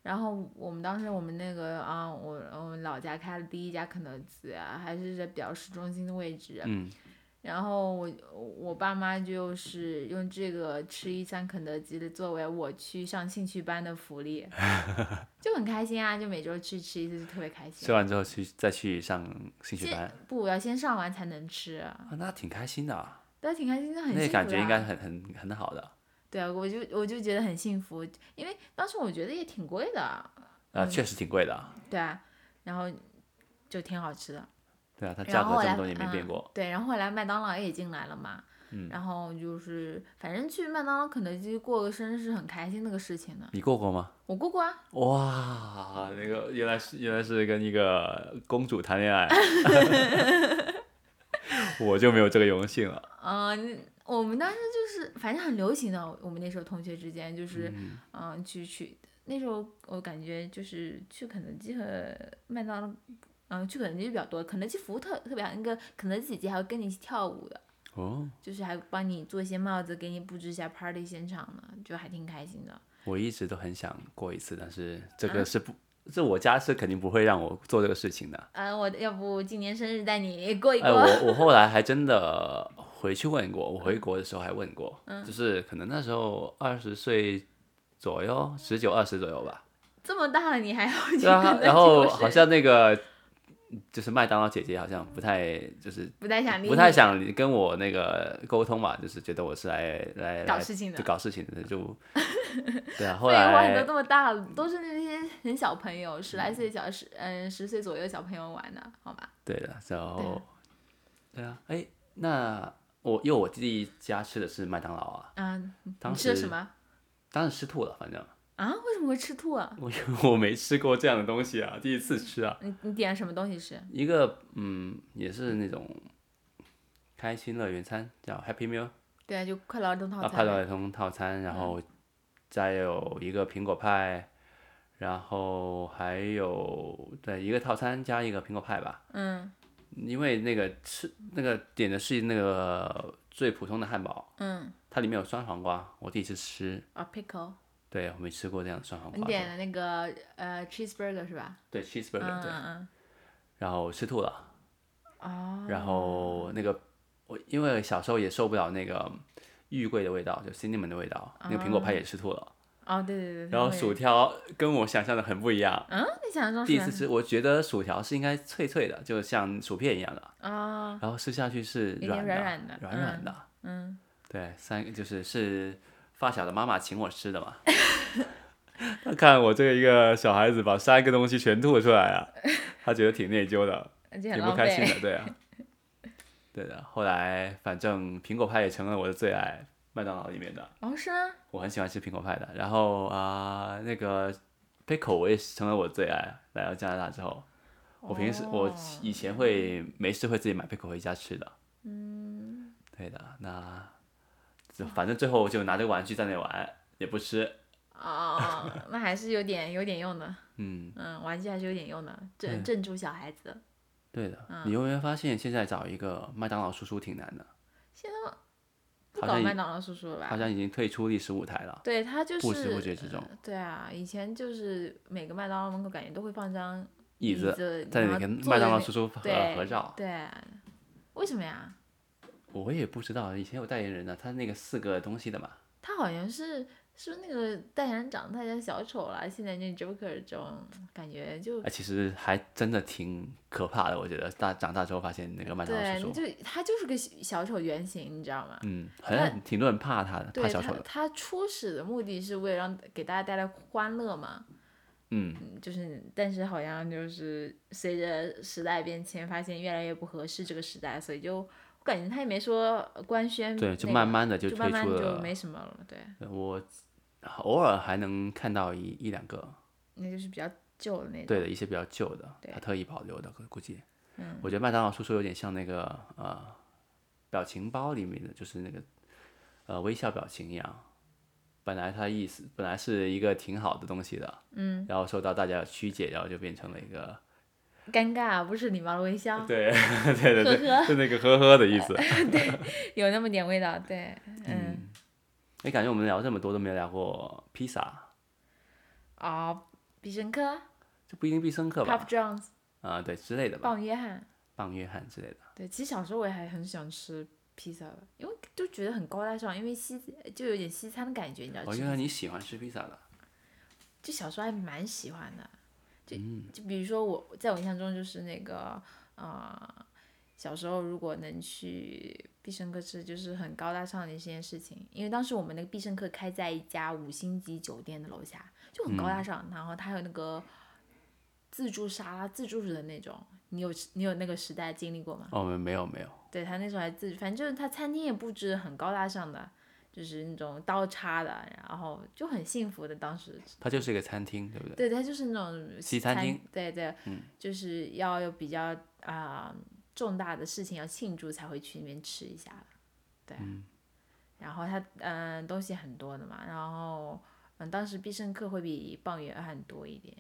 [SPEAKER 2] 然后我们当时我们那个啊，我我们老家开了第一家肯德基啊，还是在比较市中心的位置。
[SPEAKER 1] 嗯，
[SPEAKER 2] 然后我我爸妈就是用这个吃一餐肯德基的作为我去上兴趣班的
[SPEAKER 1] (laughs)
[SPEAKER 2] 福利，就很开心啊，就每周去吃一次就特别开心。
[SPEAKER 1] 吃完之后去再去上兴趣
[SPEAKER 2] 先
[SPEAKER 1] 班，
[SPEAKER 2] 不，要先上完才能吃，
[SPEAKER 1] 啊，那挺开心的、啊，
[SPEAKER 2] 但挺开心的，很
[SPEAKER 1] 那
[SPEAKER 2] 幸福
[SPEAKER 1] 感觉应
[SPEAKER 2] 啊
[SPEAKER 1] 该很很很好的。
[SPEAKER 2] 对啊，我就我就觉得很幸福，因为当时我觉得也挺贵的，
[SPEAKER 1] 啊，确实挺贵的啊，
[SPEAKER 2] 对啊，然后就挺好吃的。
[SPEAKER 1] 对啊，它价
[SPEAKER 2] 然后
[SPEAKER 1] 格
[SPEAKER 2] 后
[SPEAKER 1] 这
[SPEAKER 2] 来
[SPEAKER 1] 么多年没变过嗯
[SPEAKER 2] 嗯。。对，然后后来麦当劳也进来了嘛，然后就是反正去麦当劳、肯德基过个生日是很开心那个事情的。
[SPEAKER 1] 你过过吗？
[SPEAKER 2] 我过过啊，
[SPEAKER 1] 嗯哇，那个原来是原来是跟一个公主谈 (laughs) 恋爱，我就没有这个荣幸了。
[SPEAKER 2] 嗯、我们当时就是反正很流行的，我们那时候同学之间就是嗯、去去那时候我感觉就是去肯德基和麦当劳，嗯、去肯德基比较多，肯德基服务特特别好，那个肯德基姐姐还会跟你一起跳舞的。
[SPEAKER 1] 哦，
[SPEAKER 2] 就是还帮你做一些帽子，给你布置一下 party 现场呢，就还挺开心的。
[SPEAKER 1] 嗯我一直都很想过一次，但是这个是不、这我家是肯定不会让我做这个事情的。
[SPEAKER 2] 嗯，我要不今年生日带你过一过？
[SPEAKER 1] 哎，我我后来还真的回去问过，我回国的时候还问过，就是可能那时候二十岁左右，十九二十左右吧。
[SPEAKER 2] 这么大了你还 (laughs) 要去
[SPEAKER 1] 对啊
[SPEAKER 2] 肯，德基
[SPEAKER 1] 然后
[SPEAKER 2] 过生日
[SPEAKER 1] 好像那个就是麦当劳姐姐好像不太就是
[SPEAKER 2] 不太想理你，
[SPEAKER 1] 不太想跟我那个沟通嘛，就是觉得我是来来
[SPEAKER 2] 搞
[SPEAKER 1] 来
[SPEAKER 2] 事情的
[SPEAKER 1] 就搞事情的
[SPEAKER 2] (laughs)
[SPEAKER 1] 就对啊，后
[SPEAKER 2] 废话，你
[SPEAKER 1] 来
[SPEAKER 2] 都这么大了，都是那些很小朋友，十来岁小十嗯十岁左右小朋友玩的，好吧？
[SPEAKER 1] 对的，
[SPEAKER 2] 啊
[SPEAKER 1] 然后对啊，哎，那我因为我第一家吃的是麦当劳啊，
[SPEAKER 2] 嗯，你
[SPEAKER 1] 当
[SPEAKER 2] 吃了
[SPEAKER 1] 时
[SPEAKER 2] 什么
[SPEAKER 1] 当时吃吐了，反正 (laughs)
[SPEAKER 2] 啊？为什么会吃吐啊？
[SPEAKER 1] 我我没吃过这样的东西啊，第一次吃啊，
[SPEAKER 2] 你你点了什么东西吃？
[SPEAKER 1] 一个嗯也是那种开心乐园餐叫 Happy Meal。
[SPEAKER 2] 对啊，就快乐儿童套
[SPEAKER 1] 啊，
[SPEAKER 2] 餐嗯
[SPEAKER 1] 快乐
[SPEAKER 2] 呗。
[SPEAKER 1] 儿童套餐，然后再有一个苹果派，然后还有对一个套餐加一个苹果派吧，
[SPEAKER 2] 嗯
[SPEAKER 1] 因为那个吃那个点的是那个最普通的汉堡，
[SPEAKER 2] 嗯，
[SPEAKER 1] 它里面有酸黄瓜，我第一次吃，
[SPEAKER 2] 啊 pickle，
[SPEAKER 1] 对我没吃过这样的酸黄
[SPEAKER 2] 你
[SPEAKER 1] 瓜的，
[SPEAKER 2] 点啊的那个呃 cheeseburger 是吧？
[SPEAKER 1] 对 cheeseburger，、
[SPEAKER 2] 嗯
[SPEAKER 1] 对，
[SPEAKER 2] 嗯
[SPEAKER 1] 然后吃吐了，
[SPEAKER 2] 嗯。哦。
[SPEAKER 1] 然后那个我因为小时候也受不了那个嗯玉桂的味道，就 cinnamon 的味道，那个苹果派也吃吐了，
[SPEAKER 2] 哦，对对对。
[SPEAKER 1] 然后
[SPEAKER 2] 会
[SPEAKER 1] 薯条跟我想象的很不一样。
[SPEAKER 2] 嗯，你想象
[SPEAKER 1] 第
[SPEAKER 2] 中
[SPEAKER 1] 一
[SPEAKER 2] 什
[SPEAKER 1] 次
[SPEAKER 2] 么？
[SPEAKER 1] 吃，我觉得薯条是应该脆脆的，就像薯片一样的，
[SPEAKER 2] 啊，
[SPEAKER 1] 然后吃下去是
[SPEAKER 2] 有
[SPEAKER 1] 软
[SPEAKER 2] 点
[SPEAKER 1] 的，软
[SPEAKER 2] 软软的
[SPEAKER 1] 软的
[SPEAKER 2] 嗯，
[SPEAKER 1] 对，三个就是是发小的妈妈请我吃的嘛。 (laughs) 他看我这个一个小孩子把三个东西全吐出来了，他觉得挺内疚
[SPEAKER 2] (laughs)
[SPEAKER 1] 的，
[SPEAKER 2] 而
[SPEAKER 1] 挺
[SPEAKER 2] 且很
[SPEAKER 1] 不
[SPEAKER 2] 浪
[SPEAKER 1] 开心
[SPEAKER 2] 费。
[SPEAKER 1] 的，对啊， (laughs) 对的。后来反正苹果派也成了我的最爱，麦当劳里面的，
[SPEAKER 2] 哦，是吗？
[SPEAKER 1] 我很喜欢吃苹果派的。然后啊、那个 pickle 我也成了我的最爱，来到加拿大之后。我平时、我
[SPEAKER 2] 哦
[SPEAKER 1] 以前会没事会自己买 pickle 回家吃的。嗯，对的，那就反正最后就拿着玩具在那玩，也不吃。
[SPEAKER 2] 哦，那还是有点有点用的，
[SPEAKER 1] 嗯，
[SPEAKER 2] 嗯，玩具还是有点用的，镇镇住小孩子。
[SPEAKER 1] 对的，
[SPEAKER 2] 嗯
[SPEAKER 1] 你有没有发现现在找一个麦当劳叔叔挺难的？
[SPEAKER 2] 现在不
[SPEAKER 1] 好
[SPEAKER 2] 搞
[SPEAKER 1] 像已
[SPEAKER 2] 麦当劳叔叔了
[SPEAKER 1] 好
[SPEAKER 2] 吧？
[SPEAKER 1] 像已经退出历史舞台了，
[SPEAKER 2] 对他就是
[SPEAKER 1] 不知不觉之中，
[SPEAKER 2] 对啊，以前就是每个麦当劳门口感觉都会放张
[SPEAKER 1] 椅
[SPEAKER 2] 子
[SPEAKER 1] 子，在
[SPEAKER 2] 然
[SPEAKER 1] 那
[SPEAKER 2] 后
[SPEAKER 1] 里跟
[SPEAKER 2] 坐
[SPEAKER 1] 麦
[SPEAKER 2] 在
[SPEAKER 1] 当劳
[SPEAKER 2] 那
[SPEAKER 1] 叔叔合
[SPEAKER 2] 对
[SPEAKER 1] 合照。
[SPEAKER 2] 对，为什么呀？
[SPEAKER 1] 我也不知道，以前有代言人的，他那个四个东西的嘛，
[SPEAKER 2] 他好像是是不是那个代言人长得太像小丑了？现在那 Joker 这种感觉就
[SPEAKER 1] 哎，其实还真的挺可怕的。我觉得大长大之后发现那个麦当劳
[SPEAKER 2] 对，
[SPEAKER 1] 叔叔，
[SPEAKER 2] 就他就是个小丑原型，你知道吗？
[SPEAKER 1] 嗯，
[SPEAKER 2] 他
[SPEAKER 1] 很挺多人怕他的，
[SPEAKER 2] 对
[SPEAKER 1] 怕小丑
[SPEAKER 2] 他
[SPEAKER 1] 的，
[SPEAKER 2] 他初始的目的是为了让给大家带来欢乐嘛，
[SPEAKER 1] 嗯。
[SPEAKER 2] 嗯就是但是好像就是随着时代变迁，发现越来越不合适这个时代，所以就我感觉他也没说官宣那个、
[SPEAKER 1] 对，就慢慢的就
[SPEAKER 2] 就
[SPEAKER 1] 退
[SPEAKER 2] 慢慢
[SPEAKER 1] 出
[SPEAKER 2] 就
[SPEAKER 1] 了。
[SPEAKER 2] 没什么了，对，
[SPEAKER 1] 我偶尔还能看到一一两个，
[SPEAKER 2] 那就是比较旧的那种，
[SPEAKER 1] 对的一些比较旧的，
[SPEAKER 2] 对
[SPEAKER 1] 他特意保留的，估计。嗯。我觉得麦当劳叔叔有点像那个呃，表情包里面的，就是那个呃微笑表情一样。本来他意思本来是一个挺好的东西的，嗯，然后受到大家的曲解，然后就变成了一个，
[SPEAKER 2] 尴尬啊不是礼貌的
[SPEAKER 1] (laughs)
[SPEAKER 2] 微笑，
[SPEAKER 1] 对对对
[SPEAKER 2] 啊呵
[SPEAKER 1] 对，就那个呵呵的意思。
[SPEAKER 2] 有那么点味道，对，嗯
[SPEAKER 1] 哎，感觉我们聊这么多都没有聊过披萨，
[SPEAKER 2] 哦，必胜客
[SPEAKER 1] 这不一定必胜客吧？
[SPEAKER 2] ，Pop John's，
[SPEAKER 1] 啊、对之类的吧，
[SPEAKER 2] 棒约翰。
[SPEAKER 1] 棒约翰之类的。
[SPEAKER 2] 对，其实小时候我也还很喜欢吃披萨的，因为就觉得很高大上，因为西就有点西呃餐的感觉，你知道
[SPEAKER 1] 哦，
[SPEAKER 2] 吃
[SPEAKER 1] 原来你喜欢吃披萨的，
[SPEAKER 2] 就小时候还蛮喜欢的。就
[SPEAKER 1] 嗯
[SPEAKER 2] 就比如说我，在我印象中就是那个呃，小时候如果能去必胜客吃，就是很高大上的一件事情。因为当时我们那个必胜客开在一家五星级酒店的楼下，就很高
[SPEAKER 1] 嗯
[SPEAKER 2] 大上。然后它有那个自助沙拉、自助的那种，你有你有那个时代经历过吗？
[SPEAKER 1] 哦，没没有没有，
[SPEAKER 2] 对他那时候还自，反正就是他餐厅也布置得很高大上的，就是那种刀叉的，然后就很幸福的。当时，
[SPEAKER 1] 它就是一个餐厅，对不对？
[SPEAKER 2] 对他就是那种
[SPEAKER 1] 西餐厅，嗯
[SPEAKER 2] 对对，就是要有比较啊、重大的事情要庆祝才会去那边吃一下的，对。
[SPEAKER 1] 嗯
[SPEAKER 2] 然后他嗯、东西很多的嘛，然后嗯当时必胜客会比棒约翰多一点，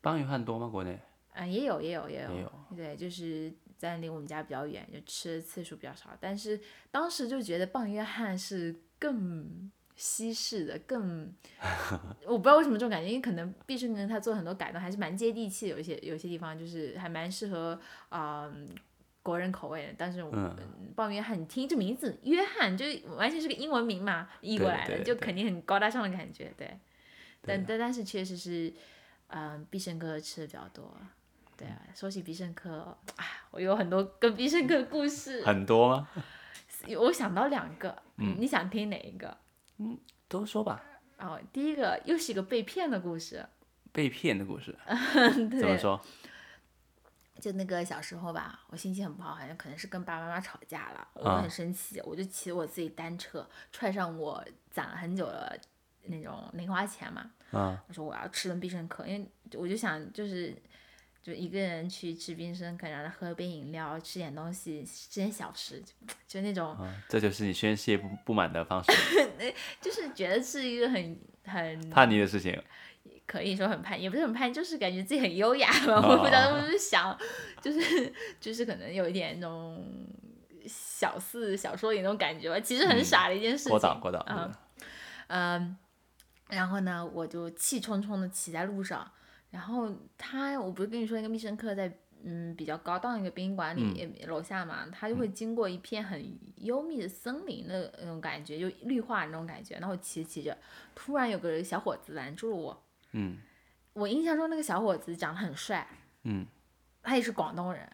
[SPEAKER 1] 棒约翰多吗？国内？
[SPEAKER 2] 啊，也有，也有，也有，
[SPEAKER 1] 也有
[SPEAKER 2] 对，就是在离我们家比较远，就吃的次数比较少。但是当时就觉得棒约翰是更西式的
[SPEAKER 1] (laughs)
[SPEAKER 2] 更，我不知道为什么这种感觉，因为可能毕竟跟他做很多改动，还是蛮接地气的。有一些有一些地方就是还蛮适合啊、嗯国人口味的。但是我
[SPEAKER 1] 嗯
[SPEAKER 2] 嗯鲍约翰，你听这名字约翰，就完全是个英文名嘛，译过
[SPEAKER 1] 对
[SPEAKER 2] 来的，
[SPEAKER 1] 对啊
[SPEAKER 2] 就
[SPEAKER 1] 对
[SPEAKER 2] 肯定很高大上的感觉。对，但但但是确实是，嗯、必胜客吃的比较多。对啊，说起必胜客，哎，我有很多跟必胜客的故事。
[SPEAKER 1] 很嗯多吗？
[SPEAKER 2] 我想到两个，你想听哪一个？
[SPEAKER 1] 都说吧，
[SPEAKER 2] 哦，第一个又是一个被骗的故事，
[SPEAKER 1] 被骗的故事
[SPEAKER 2] (laughs) 对
[SPEAKER 1] 怎么说？
[SPEAKER 2] 就那个小时候吧，我心情很不好，好像可能是跟爸爸妈妈吵架了，我
[SPEAKER 1] 啊
[SPEAKER 2] 很生气，我就骑我自己单车，踹上我攒了很久的那种零花钱嘛，
[SPEAKER 1] 啊，
[SPEAKER 2] 我说我要吃顿必胜客，因为我就想就是就一个人去吃必胜客，然后喝杯饮料，吃点东西，吃点小食，就就那种
[SPEAKER 1] 啊这就是你宣泄不不满的方式，
[SPEAKER 2] 就是觉得是一个很很
[SPEAKER 1] 叛逆的事情。
[SPEAKER 2] 可以说很叛，也不是很叛，就是感觉自己很优雅吧。我不知道
[SPEAKER 1] 哦
[SPEAKER 2] 我就是想，就是就是可能有一点那种小四小说里那种感觉吧，其实很傻的一件事情。
[SPEAKER 1] 嗯过档过档，
[SPEAKER 2] 嗯嗯，然后呢，我就气冲冲的骑在路上，然后他，我不是跟你说那个必胜客在嗯比较高档的一个宾馆里、
[SPEAKER 1] 嗯
[SPEAKER 2] 楼下嘛，他就会经过一片很幽密的森林的那种感觉，就绿化那种感觉。然后我骑着骑着，突然有个小伙子拦住了我，
[SPEAKER 1] 嗯
[SPEAKER 2] 我印象中那个小伙子长得很帅，
[SPEAKER 1] 嗯，
[SPEAKER 2] 他也是广东人，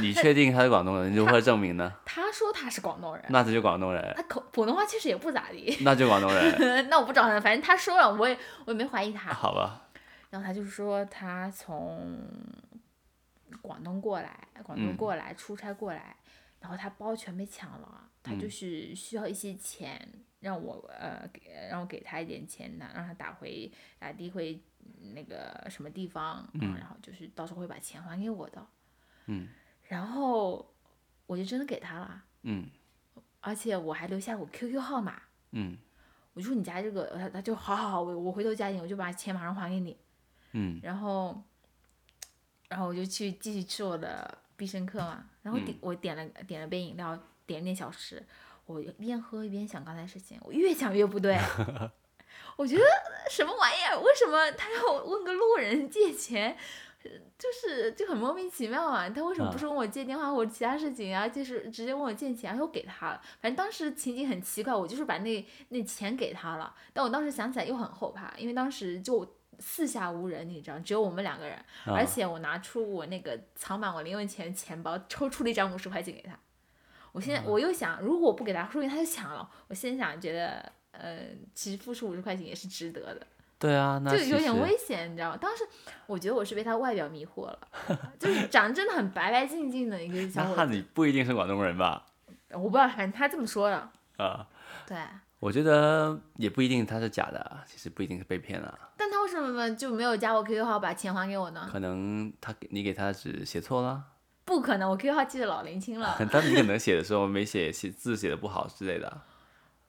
[SPEAKER 1] 你确定他是广东人？你如何证明呢？ (laughs)
[SPEAKER 2] 他说他是广东人，
[SPEAKER 1] 那他就广东人，
[SPEAKER 2] 他口普通话确实也不咋地， (laughs)
[SPEAKER 1] 那就广东人， (laughs)
[SPEAKER 2] 那我不找他，反正他说了，我也我也没怀疑他。
[SPEAKER 1] 好吧？
[SPEAKER 2] 然后他就说他从广东过来，广东
[SPEAKER 1] 嗯
[SPEAKER 2] 过来、出差过来，然后他包全被抢了，啊他就是需要一些钱，让我呃给让我给他一点钱，让让他打回打的回那个什么地方，嗯，然后就是到时候会把钱还给我的，
[SPEAKER 1] 嗯，
[SPEAKER 2] 然后我就真的给他了，
[SPEAKER 1] 嗯
[SPEAKER 2] 而且我还留下我 QQ 号码，
[SPEAKER 1] 嗯
[SPEAKER 2] 我就说你家这个，呃他他就好好好，我我回头加你，我就把钱马上还给你。
[SPEAKER 1] 嗯，
[SPEAKER 2] 然后，然后我就去继续吃我的必胜客嘛。然后点、我点了点了杯饮料，点了点小吃。我一边喝一边想刚才事情，我越想越不对。我觉得什么玩意儿？为什么他要问个路人借钱？就是就很莫名其妙啊！他为什么不
[SPEAKER 1] 啊
[SPEAKER 2] 是问我借电话或者其他事情啊？就是直接问我借钱，然后给他了。反正当时情景很奇怪，我就是把那那钱给他了，但我当时想起来又很后怕，因为当时就四下无人，你知道，只有我们两个人，
[SPEAKER 1] 啊
[SPEAKER 2] 而且我拿出我那个藏满我零用钱的钱包，抽出了一张五十块钱给他。我现在、我又想，如果我不给他，说不定他就抢了。我现在想觉得，呃，其实付出五十块钱也是值得的，
[SPEAKER 1] 对啊，那
[SPEAKER 2] 就
[SPEAKER 1] 其
[SPEAKER 2] 有点
[SPEAKER 1] 实
[SPEAKER 2] 危险，你知道吗？当时我觉得我是被他外表迷惑了， (laughs) 就是长得真的很白白净净的一个小伙
[SPEAKER 1] 那
[SPEAKER 2] 子，
[SPEAKER 1] 你不一定是广东人吧？
[SPEAKER 2] 我不知道，反正他这么说了，
[SPEAKER 1] 啊，
[SPEAKER 2] 对。
[SPEAKER 1] 我觉得也不一定他是假的，其实不一定是被骗了，
[SPEAKER 2] 但他为什么就没有加我 QQ 号把钱还给我呢？
[SPEAKER 1] 可能他给你给他只写错了， (laughs)
[SPEAKER 2] 不可能，我 QQ 号记得老林清了，
[SPEAKER 1] 但你可能写的时候没写写字写的不好之类的。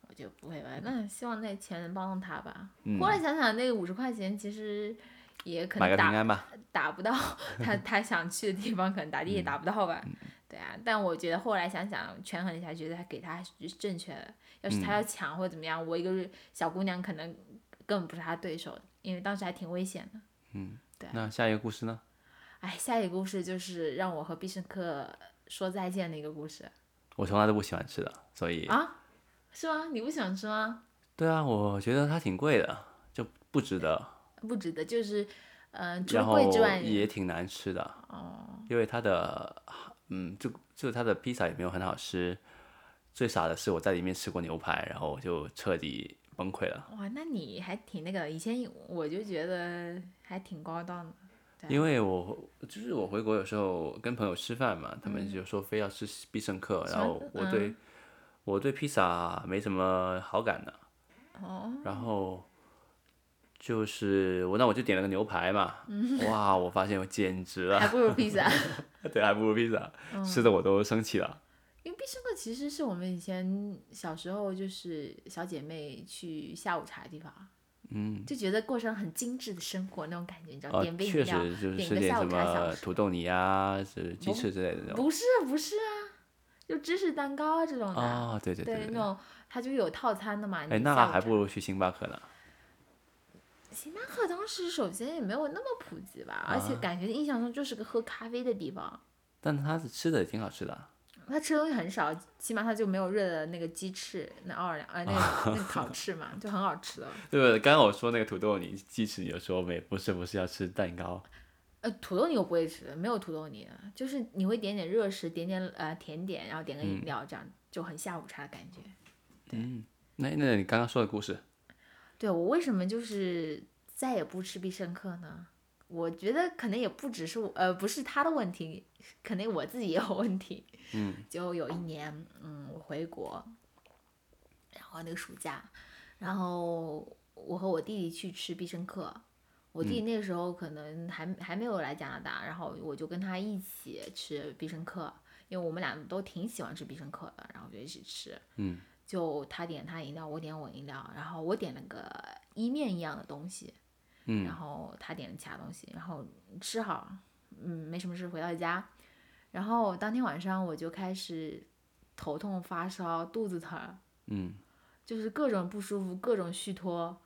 [SPEAKER 2] 我就不会吧。那希望那钱能帮到他吧。
[SPEAKER 1] 嗯
[SPEAKER 2] 后来想想，那五十块钱其实也可
[SPEAKER 1] 买
[SPEAKER 2] 能
[SPEAKER 1] 个平
[SPEAKER 2] 打
[SPEAKER 1] 安吧，
[SPEAKER 2] 打不到
[SPEAKER 1] (laughs)
[SPEAKER 2] 他他想去的地方，可能打的
[SPEAKER 1] 嗯
[SPEAKER 2] 也打不到吧。对啊，但我觉得后来想想，权衡一下，觉得他给他还是正确的。要是
[SPEAKER 1] 嗯
[SPEAKER 2] 他要抢或者怎么样，我一个小姑娘可能根本不是他对手，因为当时还挺危险的。
[SPEAKER 1] 那下一个故事呢？
[SPEAKER 2] 哎，下一个故事就是让我和必胜客说再见的一个故事
[SPEAKER 1] 我从来都不喜欢吃的，所以
[SPEAKER 2] 啊，是吗？你不喜欢吃吗？
[SPEAKER 1] 对啊，我觉得它挺贵的，就不值得，
[SPEAKER 2] 不值得，就是，嗯、除
[SPEAKER 1] 然
[SPEAKER 2] 了
[SPEAKER 1] 后
[SPEAKER 2] 贵之外，哦
[SPEAKER 1] 也挺难吃的。因为它的嗯，就就它的披萨也没有很好吃。最傻的是我在里面吃过牛排，然后我就彻底崩溃了，
[SPEAKER 2] 哇，那你还挺那个的。以前我就觉得还挺高档的，对
[SPEAKER 1] 因为我就是我回国有时候跟朋友吃饭嘛，他们就说非要吃必胜客，
[SPEAKER 2] 嗯喜
[SPEAKER 1] 然
[SPEAKER 2] 欢嗯
[SPEAKER 1] 后
[SPEAKER 2] 吃
[SPEAKER 1] 我对、我对披萨没什么好感的。
[SPEAKER 2] 哦，
[SPEAKER 1] 然后就是我，那我就点了个牛排嘛，
[SPEAKER 2] 嗯
[SPEAKER 1] 哇，我发现我简直了，
[SPEAKER 2] (laughs) 还不如披萨。
[SPEAKER 1] 对，还不如披萨，
[SPEAKER 2] 嗯
[SPEAKER 1] 吃的我都生气了。
[SPEAKER 2] 因为必胜客其实是我们以前小时候就是小姐妹去下午茶的地方，嗯，就觉得过上很精致的生活那种感觉，你知道，
[SPEAKER 1] 呃，
[SPEAKER 2] 点杯饮
[SPEAKER 1] 确
[SPEAKER 2] 料，
[SPEAKER 1] 实就是
[SPEAKER 2] 点
[SPEAKER 1] 吃
[SPEAKER 2] 个
[SPEAKER 1] 点
[SPEAKER 2] 下
[SPEAKER 1] 什
[SPEAKER 2] 午茶小
[SPEAKER 1] 么
[SPEAKER 2] 吃
[SPEAKER 1] 土豆泥啊，是鸡
[SPEAKER 2] 不
[SPEAKER 1] 翅之类的那种。
[SPEAKER 2] 不是不是啊，就芝士蛋糕啊这种的，
[SPEAKER 1] 哦，对对对
[SPEAKER 2] 那种它就有套餐的嘛。
[SPEAKER 1] 哎，
[SPEAKER 2] 你
[SPEAKER 1] 那
[SPEAKER 2] 下午
[SPEAKER 1] 还
[SPEAKER 2] 茶
[SPEAKER 1] 不如去星巴克呢。
[SPEAKER 2] 星巴克当时首先也没有那么普及吧，而且
[SPEAKER 1] 啊
[SPEAKER 2] 感觉印象中就是个喝咖啡的地方。
[SPEAKER 1] 但它是吃的也挺好吃的啊，
[SPEAKER 2] 它吃的东西很少，起码它就没有热的那个鸡翅，那奥尔良呃
[SPEAKER 1] (laughs)
[SPEAKER 2] 那个那个烤翅嘛，就很好吃的。
[SPEAKER 1] 对不对？刚刚我说那个土豆泥鸡翅，你有说没？不是不是要吃蛋糕，
[SPEAKER 2] 呃，土豆泥我不会吃，没有土豆泥的，就是你会点点热食，点点呃甜点，然后点个饮料，这样就很下午茶的感觉。
[SPEAKER 1] 那那你刚刚说的故事，
[SPEAKER 2] 对我为什么就是再也不吃必胜客呢？我觉得可能也不只是我，呃，不是他的问题，可能我自己也有问题。嗯，就有一年，嗯，我回国，然后那个暑假，然后我和我弟弟去吃必胜客。我弟弟那个时候可能还、还没有来加拿大，然后我就跟他一起吃必胜客，因为我们俩都挺喜欢吃必胜客的，然后就一起吃。就他点他饮料，我点我饮料，然后我点了个意面一样的东西，
[SPEAKER 1] 嗯
[SPEAKER 2] 然后他点了其他东西，然后吃好，嗯，没什么事，回到家，然后当天晚上我就开始头痛、发烧、肚子疼，
[SPEAKER 1] 嗯，
[SPEAKER 2] 就是各种不舒服，各种虚脱，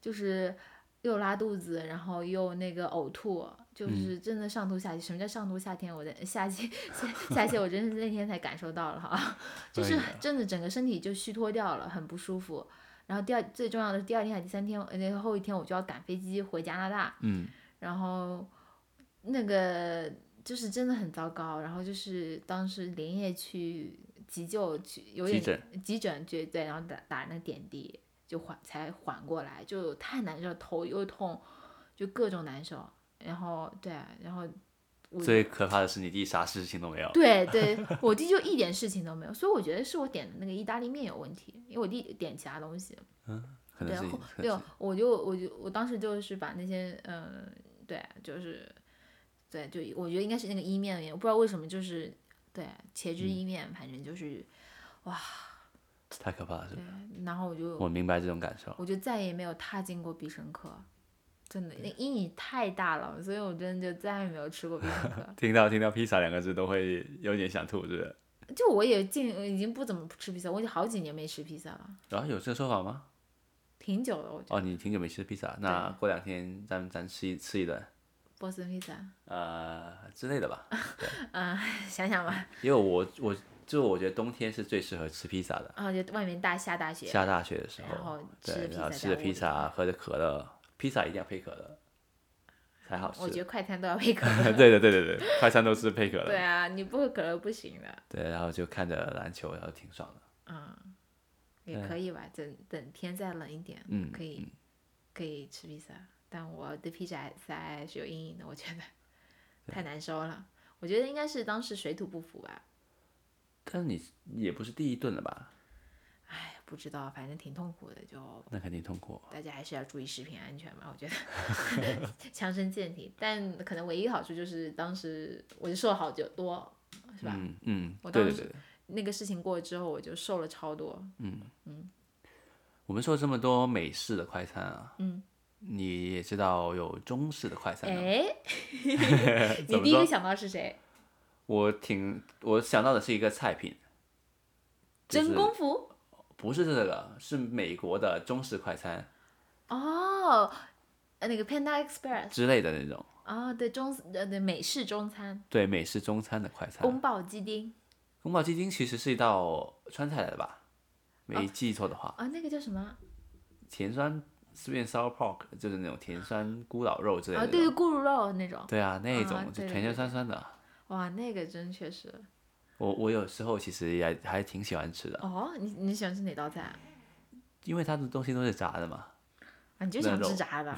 [SPEAKER 2] 就是又拉肚子，然后又那个呕吐，
[SPEAKER 1] 嗯
[SPEAKER 2] 就是真的上吐下泻。什么叫上吐下泻？我在下泻下下泻，我真是那天才感受到了哈，就是
[SPEAKER 1] 哎呀
[SPEAKER 2] 真的整个身体就虚脱掉了，很不舒服。然后第二最重要的是第二天还是第三天，呃那个后一天我就要赶飞机回加拿大，
[SPEAKER 1] 嗯，
[SPEAKER 2] 然后那个就是真的很糟糕，然后就是当时连夜去急救去，有点
[SPEAKER 1] 急诊
[SPEAKER 2] 急诊去对，然后打打那点滴就缓才缓过来，就太难受，头又痛，就各种难受，然后对，啊然后我
[SPEAKER 1] 最可怕的是你弟啥事情都没有，
[SPEAKER 2] 对对，我弟就一点事情都没有，所以我觉得是我点的那个意大利面有问题，因为我弟点其他东西，
[SPEAKER 1] 可能
[SPEAKER 2] 对，
[SPEAKER 1] 是你
[SPEAKER 2] 后
[SPEAKER 1] 可
[SPEAKER 2] 对
[SPEAKER 1] 能
[SPEAKER 2] 哦
[SPEAKER 1] 是，
[SPEAKER 2] 我就我就我当时就是把那些嗯、呃对，就是对，就我觉得应该是那个一面的原因，我不知道为什么就是对茄
[SPEAKER 1] 嗯
[SPEAKER 2] 汁意面，反正就是
[SPEAKER 1] 太可怕了，是吧
[SPEAKER 2] 对，然后我就
[SPEAKER 1] 我明白这种感受。。
[SPEAKER 2] 我就再也没有踏进过必胜客，真的那阴影太大了，所以我真的就再也没有吃过必胜客 (laughs)
[SPEAKER 1] 听到听到披萨两个字都会有点想吐，是不是？
[SPEAKER 2] 就我也进已经不怎么吃披萨，我已经好几年没吃披萨了，
[SPEAKER 1] 然、后有这个说法吗？
[SPEAKER 2] 挺久了，我觉得、
[SPEAKER 1] 哦，你挺久没吃披萨，那过两天咱咱吃一吃一顿，
[SPEAKER 2] 波士顿披萨， (laughs)
[SPEAKER 1] 呃之类的吧。
[SPEAKER 2] 嗯，想想吧，
[SPEAKER 1] 因为我我就我觉得冬天是最适合吃披萨的，
[SPEAKER 2] 啊，就外面大下大雪，
[SPEAKER 1] 下大雪的时
[SPEAKER 2] 然
[SPEAKER 1] 候，
[SPEAKER 2] 后
[SPEAKER 1] 对，然后吃
[SPEAKER 2] 吃
[SPEAKER 1] 着
[SPEAKER 2] 着
[SPEAKER 1] 披
[SPEAKER 2] 披萨在屋里
[SPEAKER 1] 萨，喝着可乐，披萨一定要配可乐才好
[SPEAKER 2] 我觉
[SPEAKER 1] 吃。
[SPEAKER 2] 得快餐都要配可乐。
[SPEAKER 1] (laughs) 对的对对对，快餐都是配可
[SPEAKER 2] 对
[SPEAKER 1] 乐。
[SPEAKER 2] 啊，你不喝可乐不行的，嗯
[SPEAKER 1] 对，然后就看着篮球，然后挺爽的。
[SPEAKER 2] 也可以吧。等等天再冷一点，
[SPEAKER 1] 嗯
[SPEAKER 2] 可以可以吃披萨，但我对披萨还是还是有阴影的，我觉
[SPEAKER 1] (laughs)
[SPEAKER 2] 得太难受了。我觉得应该是当时水土不服吧，
[SPEAKER 1] 但是你也不是第一顿了吧？
[SPEAKER 2] 哎，不知道，反正挺痛苦的，就
[SPEAKER 1] 那肯定痛苦。
[SPEAKER 2] 大家还是要注意食品安全吧，我觉得
[SPEAKER 1] (laughs)
[SPEAKER 2] 强身健体。但可能唯一好处就是当时我就瘦了好久多，是吧？
[SPEAKER 1] 嗯嗯，
[SPEAKER 2] 我
[SPEAKER 1] 对
[SPEAKER 2] 当
[SPEAKER 1] 对
[SPEAKER 2] 时
[SPEAKER 1] 对。
[SPEAKER 2] 那个事情过了之后，我就瘦了超多。
[SPEAKER 1] 我们说这么多美式的快餐啊，嗯，你也知道有中式的快餐的吗。 (laughs)
[SPEAKER 2] 哎，
[SPEAKER 1] 怎
[SPEAKER 2] 你
[SPEAKER 1] 么
[SPEAKER 2] 第一个
[SPEAKER 1] 说
[SPEAKER 2] 想到是谁？
[SPEAKER 1] 我挺我想到的是一个菜品，就是
[SPEAKER 2] 真功夫
[SPEAKER 1] 不是这个，是美国的中式快餐
[SPEAKER 2] 哦，呃，那个 Panda Express
[SPEAKER 1] 之类的那种，
[SPEAKER 2] 哦，对中呃对美式中餐，
[SPEAKER 1] 对美式中餐的快餐。
[SPEAKER 2] 宫爆鸡丁
[SPEAKER 1] 宫保鸡丁其实是一道川菜来的吧？没记错的话，
[SPEAKER 2] 啊、那个叫什么？
[SPEAKER 1] 甜酸 sweet and sour pork 就是那种甜酸咕咾肉之类的
[SPEAKER 2] 啊，
[SPEAKER 1] 那种。
[SPEAKER 2] 对对，咕噜肉那种，
[SPEAKER 1] 对啊，那种
[SPEAKER 2] 啊
[SPEAKER 1] 就
[SPEAKER 2] 对对
[SPEAKER 1] 甜甜
[SPEAKER 2] 对
[SPEAKER 1] 酸酸的。
[SPEAKER 2] 哇，那个真确实
[SPEAKER 1] 我我有时候其实也还挺喜欢吃的，
[SPEAKER 2] 哦。你你喜欢吃哪道菜啊？
[SPEAKER 1] 因为它的东西都是炸的嘛。
[SPEAKER 2] 啊你就
[SPEAKER 1] 那
[SPEAKER 2] 想
[SPEAKER 1] 肉
[SPEAKER 2] 吃炸的，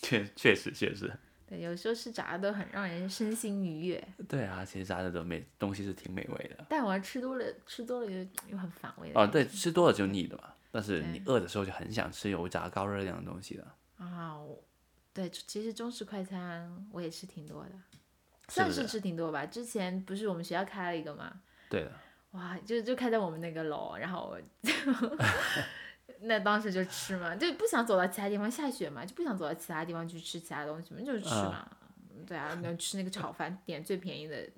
[SPEAKER 1] 确确实确实。
[SPEAKER 2] 对，有时候吃炸的很让人身心愉悦，
[SPEAKER 1] 对啊，其实炸的都美东西是挺美味的。
[SPEAKER 2] 但我吃多了吃多了又又很反胃的
[SPEAKER 1] 哦，
[SPEAKER 2] 感觉。
[SPEAKER 1] 对，吃多了就腻的嘛。但是你饿的时候就很想吃油炸高热量的东西的，
[SPEAKER 2] 啊，我对，其实中式快餐我也吃挺多的，
[SPEAKER 1] 是
[SPEAKER 2] 算
[SPEAKER 1] 不
[SPEAKER 2] 是
[SPEAKER 1] 是啊
[SPEAKER 2] 吃挺多吧。之前不是我们学校开了一个嘛，
[SPEAKER 1] 对的，
[SPEAKER 2] 哇，就就开在我们那个楼，然后我就 (laughs) 那当时就吃嘛，就不想走到其他地方，下雪嘛，就不想走到其他地
[SPEAKER 1] 嗯
[SPEAKER 2] 方去吃其他东西嘛，就吃嘛。对啊，那吃那个炒饭，点最便宜的，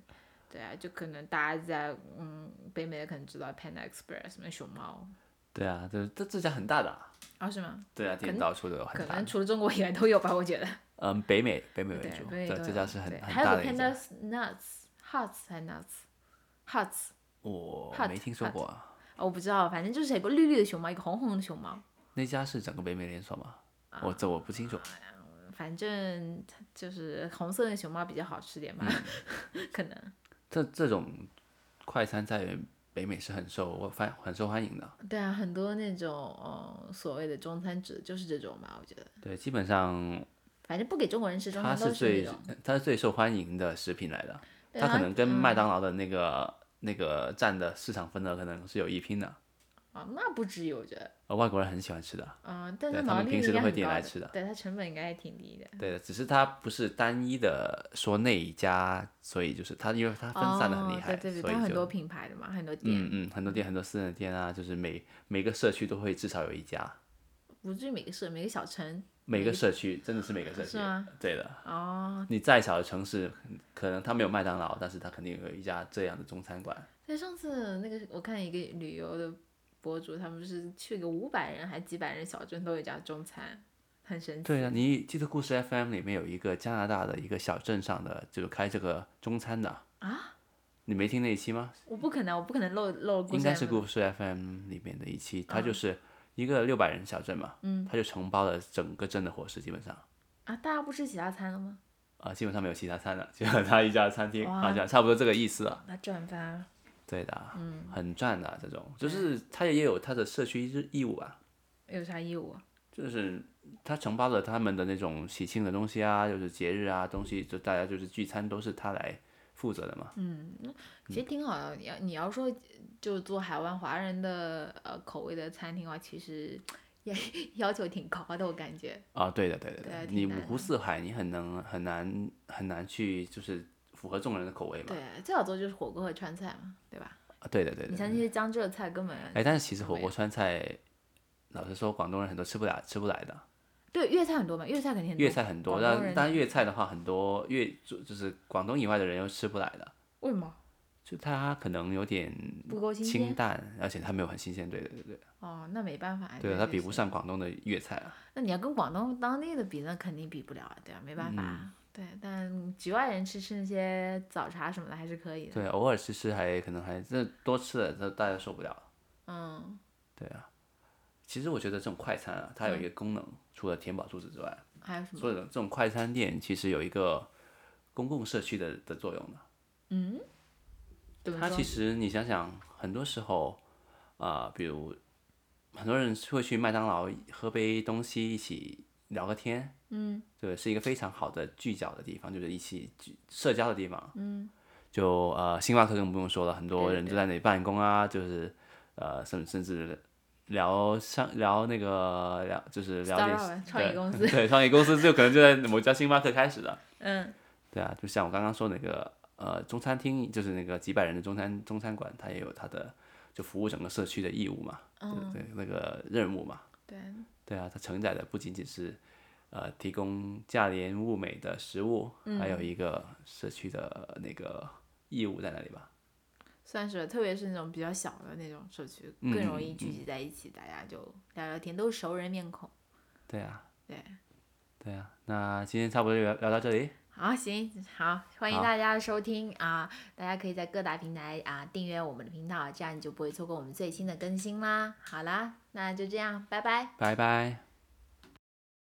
[SPEAKER 2] 对啊，就可能大家在嗯北美的可能知道 Panda Express 那熊猫
[SPEAKER 1] 对啊，这这这家很大的啊、
[SPEAKER 2] 啊是吗？
[SPEAKER 1] 对啊，
[SPEAKER 2] 可
[SPEAKER 1] 店
[SPEAKER 2] 能
[SPEAKER 1] 到处都有
[SPEAKER 2] 可
[SPEAKER 1] 很大
[SPEAKER 2] 能
[SPEAKER 1] 的。
[SPEAKER 2] 除了中国以外都有吧，我觉得。
[SPEAKER 1] 嗯，北美北美为
[SPEAKER 2] 对，
[SPEAKER 1] 主，
[SPEAKER 2] 北美
[SPEAKER 1] 对，
[SPEAKER 2] 都
[SPEAKER 1] 这
[SPEAKER 2] 有
[SPEAKER 1] 家是很
[SPEAKER 2] 对
[SPEAKER 1] 很
[SPEAKER 2] 还有
[SPEAKER 1] 大
[SPEAKER 2] 个
[SPEAKER 1] 的一家
[SPEAKER 2] Panda，Nuts Huts 还 Nuts Huts，
[SPEAKER 1] 我
[SPEAKER 2] Hut，
[SPEAKER 1] 没听说
[SPEAKER 2] Hut
[SPEAKER 1] 过啊。
[SPEAKER 2] 哦我不知道，反正就是有个绿绿的熊猫，一个红红的熊猫，
[SPEAKER 1] 那家是整个北美连锁吗？我
[SPEAKER 2] 啊
[SPEAKER 1] 这我不清楚。
[SPEAKER 2] 反正它就是红色的熊猫比较好吃点吧，可能。
[SPEAKER 1] 这这种快餐在北美是很受我发很受欢迎的。
[SPEAKER 2] 对啊，很多那种呃所谓的中餐指的就是这种吧，我觉得，
[SPEAKER 1] 对，基本上
[SPEAKER 2] 反正不给中国人吃中
[SPEAKER 1] 它
[SPEAKER 2] 餐
[SPEAKER 1] 是
[SPEAKER 2] 都是
[SPEAKER 1] 最
[SPEAKER 2] 那种。
[SPEAKER 1] 它是最受欢迎的食品来的。
[SPEAKER 2] 对
[SPEAKER 1] 它
[SPEAKER 2] 啊
[SPEAKER 1] 可能跟麦当劳的那个那个占的市场份额可能是有一拼的。
[SPEAKER 2] 啊，那不至于，我觉得，
[SPEAKER 1] 呃，外国人很喜欢吃的。
[SPEAKER 2] 嗯、但
[SPEAKER 1] 对
[SPEAKER 2] 它
[SPEAKER 1] 他
[SPEAKER 2] 毛
[SPEAKER 1] 们
[SPEAKER 2] 利
[SPEAKER 1] 平
[SPEAKER 2] 率
[SPEAKER 1] 时
[SPEAKER 2] 应
[SPEAKER 1] 都
[SPEAKER 2] 该
[SPEAKER 1] 会
[SPEAKER 2] 很
[SPEAKER 1] 点
[SPEAKER 2] 高
[SPEAKER 1] 来
[SPEAKER 2] 的嗯
[SPEAKER 1] 吃的
[SPEAKER 2] 对它成本应该还挺低的。
[SPEAKER 1] 对的，只是它不是单一的说那一家，所以就是它，因为它分散的很厉害，
[SPEAKER 2] 哦、对对
[SPEAKER 1] 所
[SPEAKER 2] 对，
[SPEAKER 1] 以
[SPEAKER 2] 它
[SPEAKER 1] 就
[SPEAKER 2] 很多品牌的嘛，很多店，
[SPEAKER 1] 嗯嗯，很多店很多私人店啊，就是每每个社区都会至少有一家，
[SPEAKER 2] 不至于每个社每个小城
[SPEAKER 1] 每个社区真的是每个社区
[SPEAKER 2] 是吗，
[SPEAKER 1] 对的。
[SPEAKER 2] 哦，
[SPEAKER 1] 你再小的城市，可能它没有麦当劳，但是它肯定有一家这样的中餐馆。
[SPEAKER 2] 对，上次那个我看一个旅游的博主，他们是去个五百人还几百人小镇都有一家中餐，很神奇。
[SPEAKER 1] 对啊，你记得故事 FM 里面有一个加拿大的一个小镇上的，就是开这个中餐的
[SPEAKER 2] 啊？
[SPEAKER 1] 你没听那一期吗？
[SPEAKER 2] 我不可能，我不可能漏漏故事。啊
[SPEAKER 1] 应该是故事 FM 里面的一期，它就是一个六百人小镇嘛，嗯，它就承包了整个镇的伙食，基本上
[SPEAKER 2] 啊！大家不吃其他餐了吗？
[SPEAKER 1] 啊、基本上没有其他餐了， (laughs) 只有它一家餐厅，
[SPEAKER 2] 哇
[SPEAKER 1] 好像差不多这个意思啊。
[SPEAKER 2] 那转发
[SPEAKER 1] 对的，嗯，很赚的、这种，就是它也有它的社区义务啊，
[SPEAKER 2] 有啥义务啊？
[SPEAKER 1] 就是它承包了他们的那种喜庆的东西啊，就是节日啊东西，就大家就是聚餐都是它来负责的嘛。
[SPEAKER 2] 嗯
[SPEAKER 1] 嗯
[SPEAKER 2] 其实挺好的。你要你要说就做海湾华人的呃口味的餐厅的话，其实也 (laughs) 要求挺高的，我感觉。
[SPEAKER 1] 啊，对的，对的，
[SPEAKER 2] 对啊
[SPEAKER 1] 的，
[SPEAKER 2] 挺
[SPEAKER 1] 你
[SPEAKER 2] 难
[SPEAKER 1] 五
[SPEAKER 2] 的
[SPEAKER 1] 湖四海，你很能很难很难去就是符合众人的口味嘛。
[SPEAKER 2] 对，最好做就是火锅和川菜嘛，对吧？
[SPEAKER 1] 啊，对的，对的。
[SPEAKER 2] 你像那些江浙菜根本
[SPEAKER 1] 哎，但是其实火
[SPEAKER 2] 没
[SPEAKER 1] 锅川菜，老实说，广东人很多吃不来，吃不来的。
[SPEAKER 2] 对粤菜很多嘛，粤菜肯定很多。
[SPEAKER 1] 粤菜很多，
[SPEAKER 2] 广东
[SPEAKER 1] 但
[SPEAKER 2] 人
[SPEAKER 1] 但粤菜的话，很多粤就就是广东以外的人又吃不来的，
[SPEAKER 2] 为什么
[SPEAKER 1] 就它可能有点
[SPEAKER 2] 不够新鲜
[SPEAKER 1] 清？淡，而且它没有很新鲜。对对对对，
[SPEAKER 2] 哦，那没办法呀，
[SPEAKER 1] 对它比不
[SPEAKER 2] 是
[SPEAKER 1] 上广东的粤菜啊。
[SPEAKER 2] 那你要跟广东当地的比，那肯定比不了啊，对啊，没办法啊。
[SPEAKER 1] 嗯
[SPEAKER 2] 对，但局外人吃吃那些早茶什么的还是可以的。
[SPEAKER 1] 对，偶尔吃吃还可能还这多吃了，这大家受不了。
[SPEAKER 2] 嗯，
[SPEAKER 1] 对啊，其实我觉得这种快餐啊，它有一个功能，除了填饱肚子之外，
[SPEAKER 2] 还有什么？
[SPEAKER 1] 所以这种快餐店其实有一个公共社区的的作用的。
[SPEAKER 2] 怎么
[SPEAKER 1] 它
[SPEAKER 2] 说
[SPEAKER 1] 其实你想想，很多时候，啊、比如很多人会去麦当劳喝杯东西，一起聊个天，嗯，对，是一个非常好的聚脚的地方，就是一起聚社交的地方，嗯，就呃，星巴克更不用说了，很多
[SPEAKER 2] 对
[SPEAKER 1] 人都在那里办公啊，就是呃，甚甚至聊上聊那个聊就是聊点
[SPEAKER 2] Startup，
[SPEAKER 1] 对
[SPEAKER 2] 创
[SPEAKER 1] (laughs)
[SPEAKER 2] 业公司
[SPEAKER 1] 对，创业公司就可能就在某家星巴克开始的，
[SPEAKER 2] 嗯，
[SPEAKER 1] 对啊，就像我刚刚说那个呃中餐厅，就是那个几百人的中餐中餐馆，它也有它的就服务整个社区的义务嘛，对对那个任务嘛，
[SPEAKER 2] 嗯对，
[SPEAKER 1] 对啊，它承载的不仅仅是呃提供价廉物美的食物，还有一个社区的那个义务在那里吧。
[SPEAKER 2] 算是，特别是那种比较小的那种社区，更容
[SPEAKER 1] 嗯
[SPEAKER 2] 易聚集在一起，大家就聊聊天，都是熟人面孔。
[SPEAKER 1] 对啊，
[SPEAKER 2] 对，
[SPEAKER 1] 对啊，那今天差不多就聊聊到这里，
[SPEAKER 2] 好，行，好，欢迎
[SPEAKER 1] 好
[SPEAKER 2] 大家收听啊！大家可以在各大平台啊订阅我们的频道，这样你就不会错过我们最新的更新啦。好啦，那就这样，拜拜。
[SPEAKER 1] 拜拜。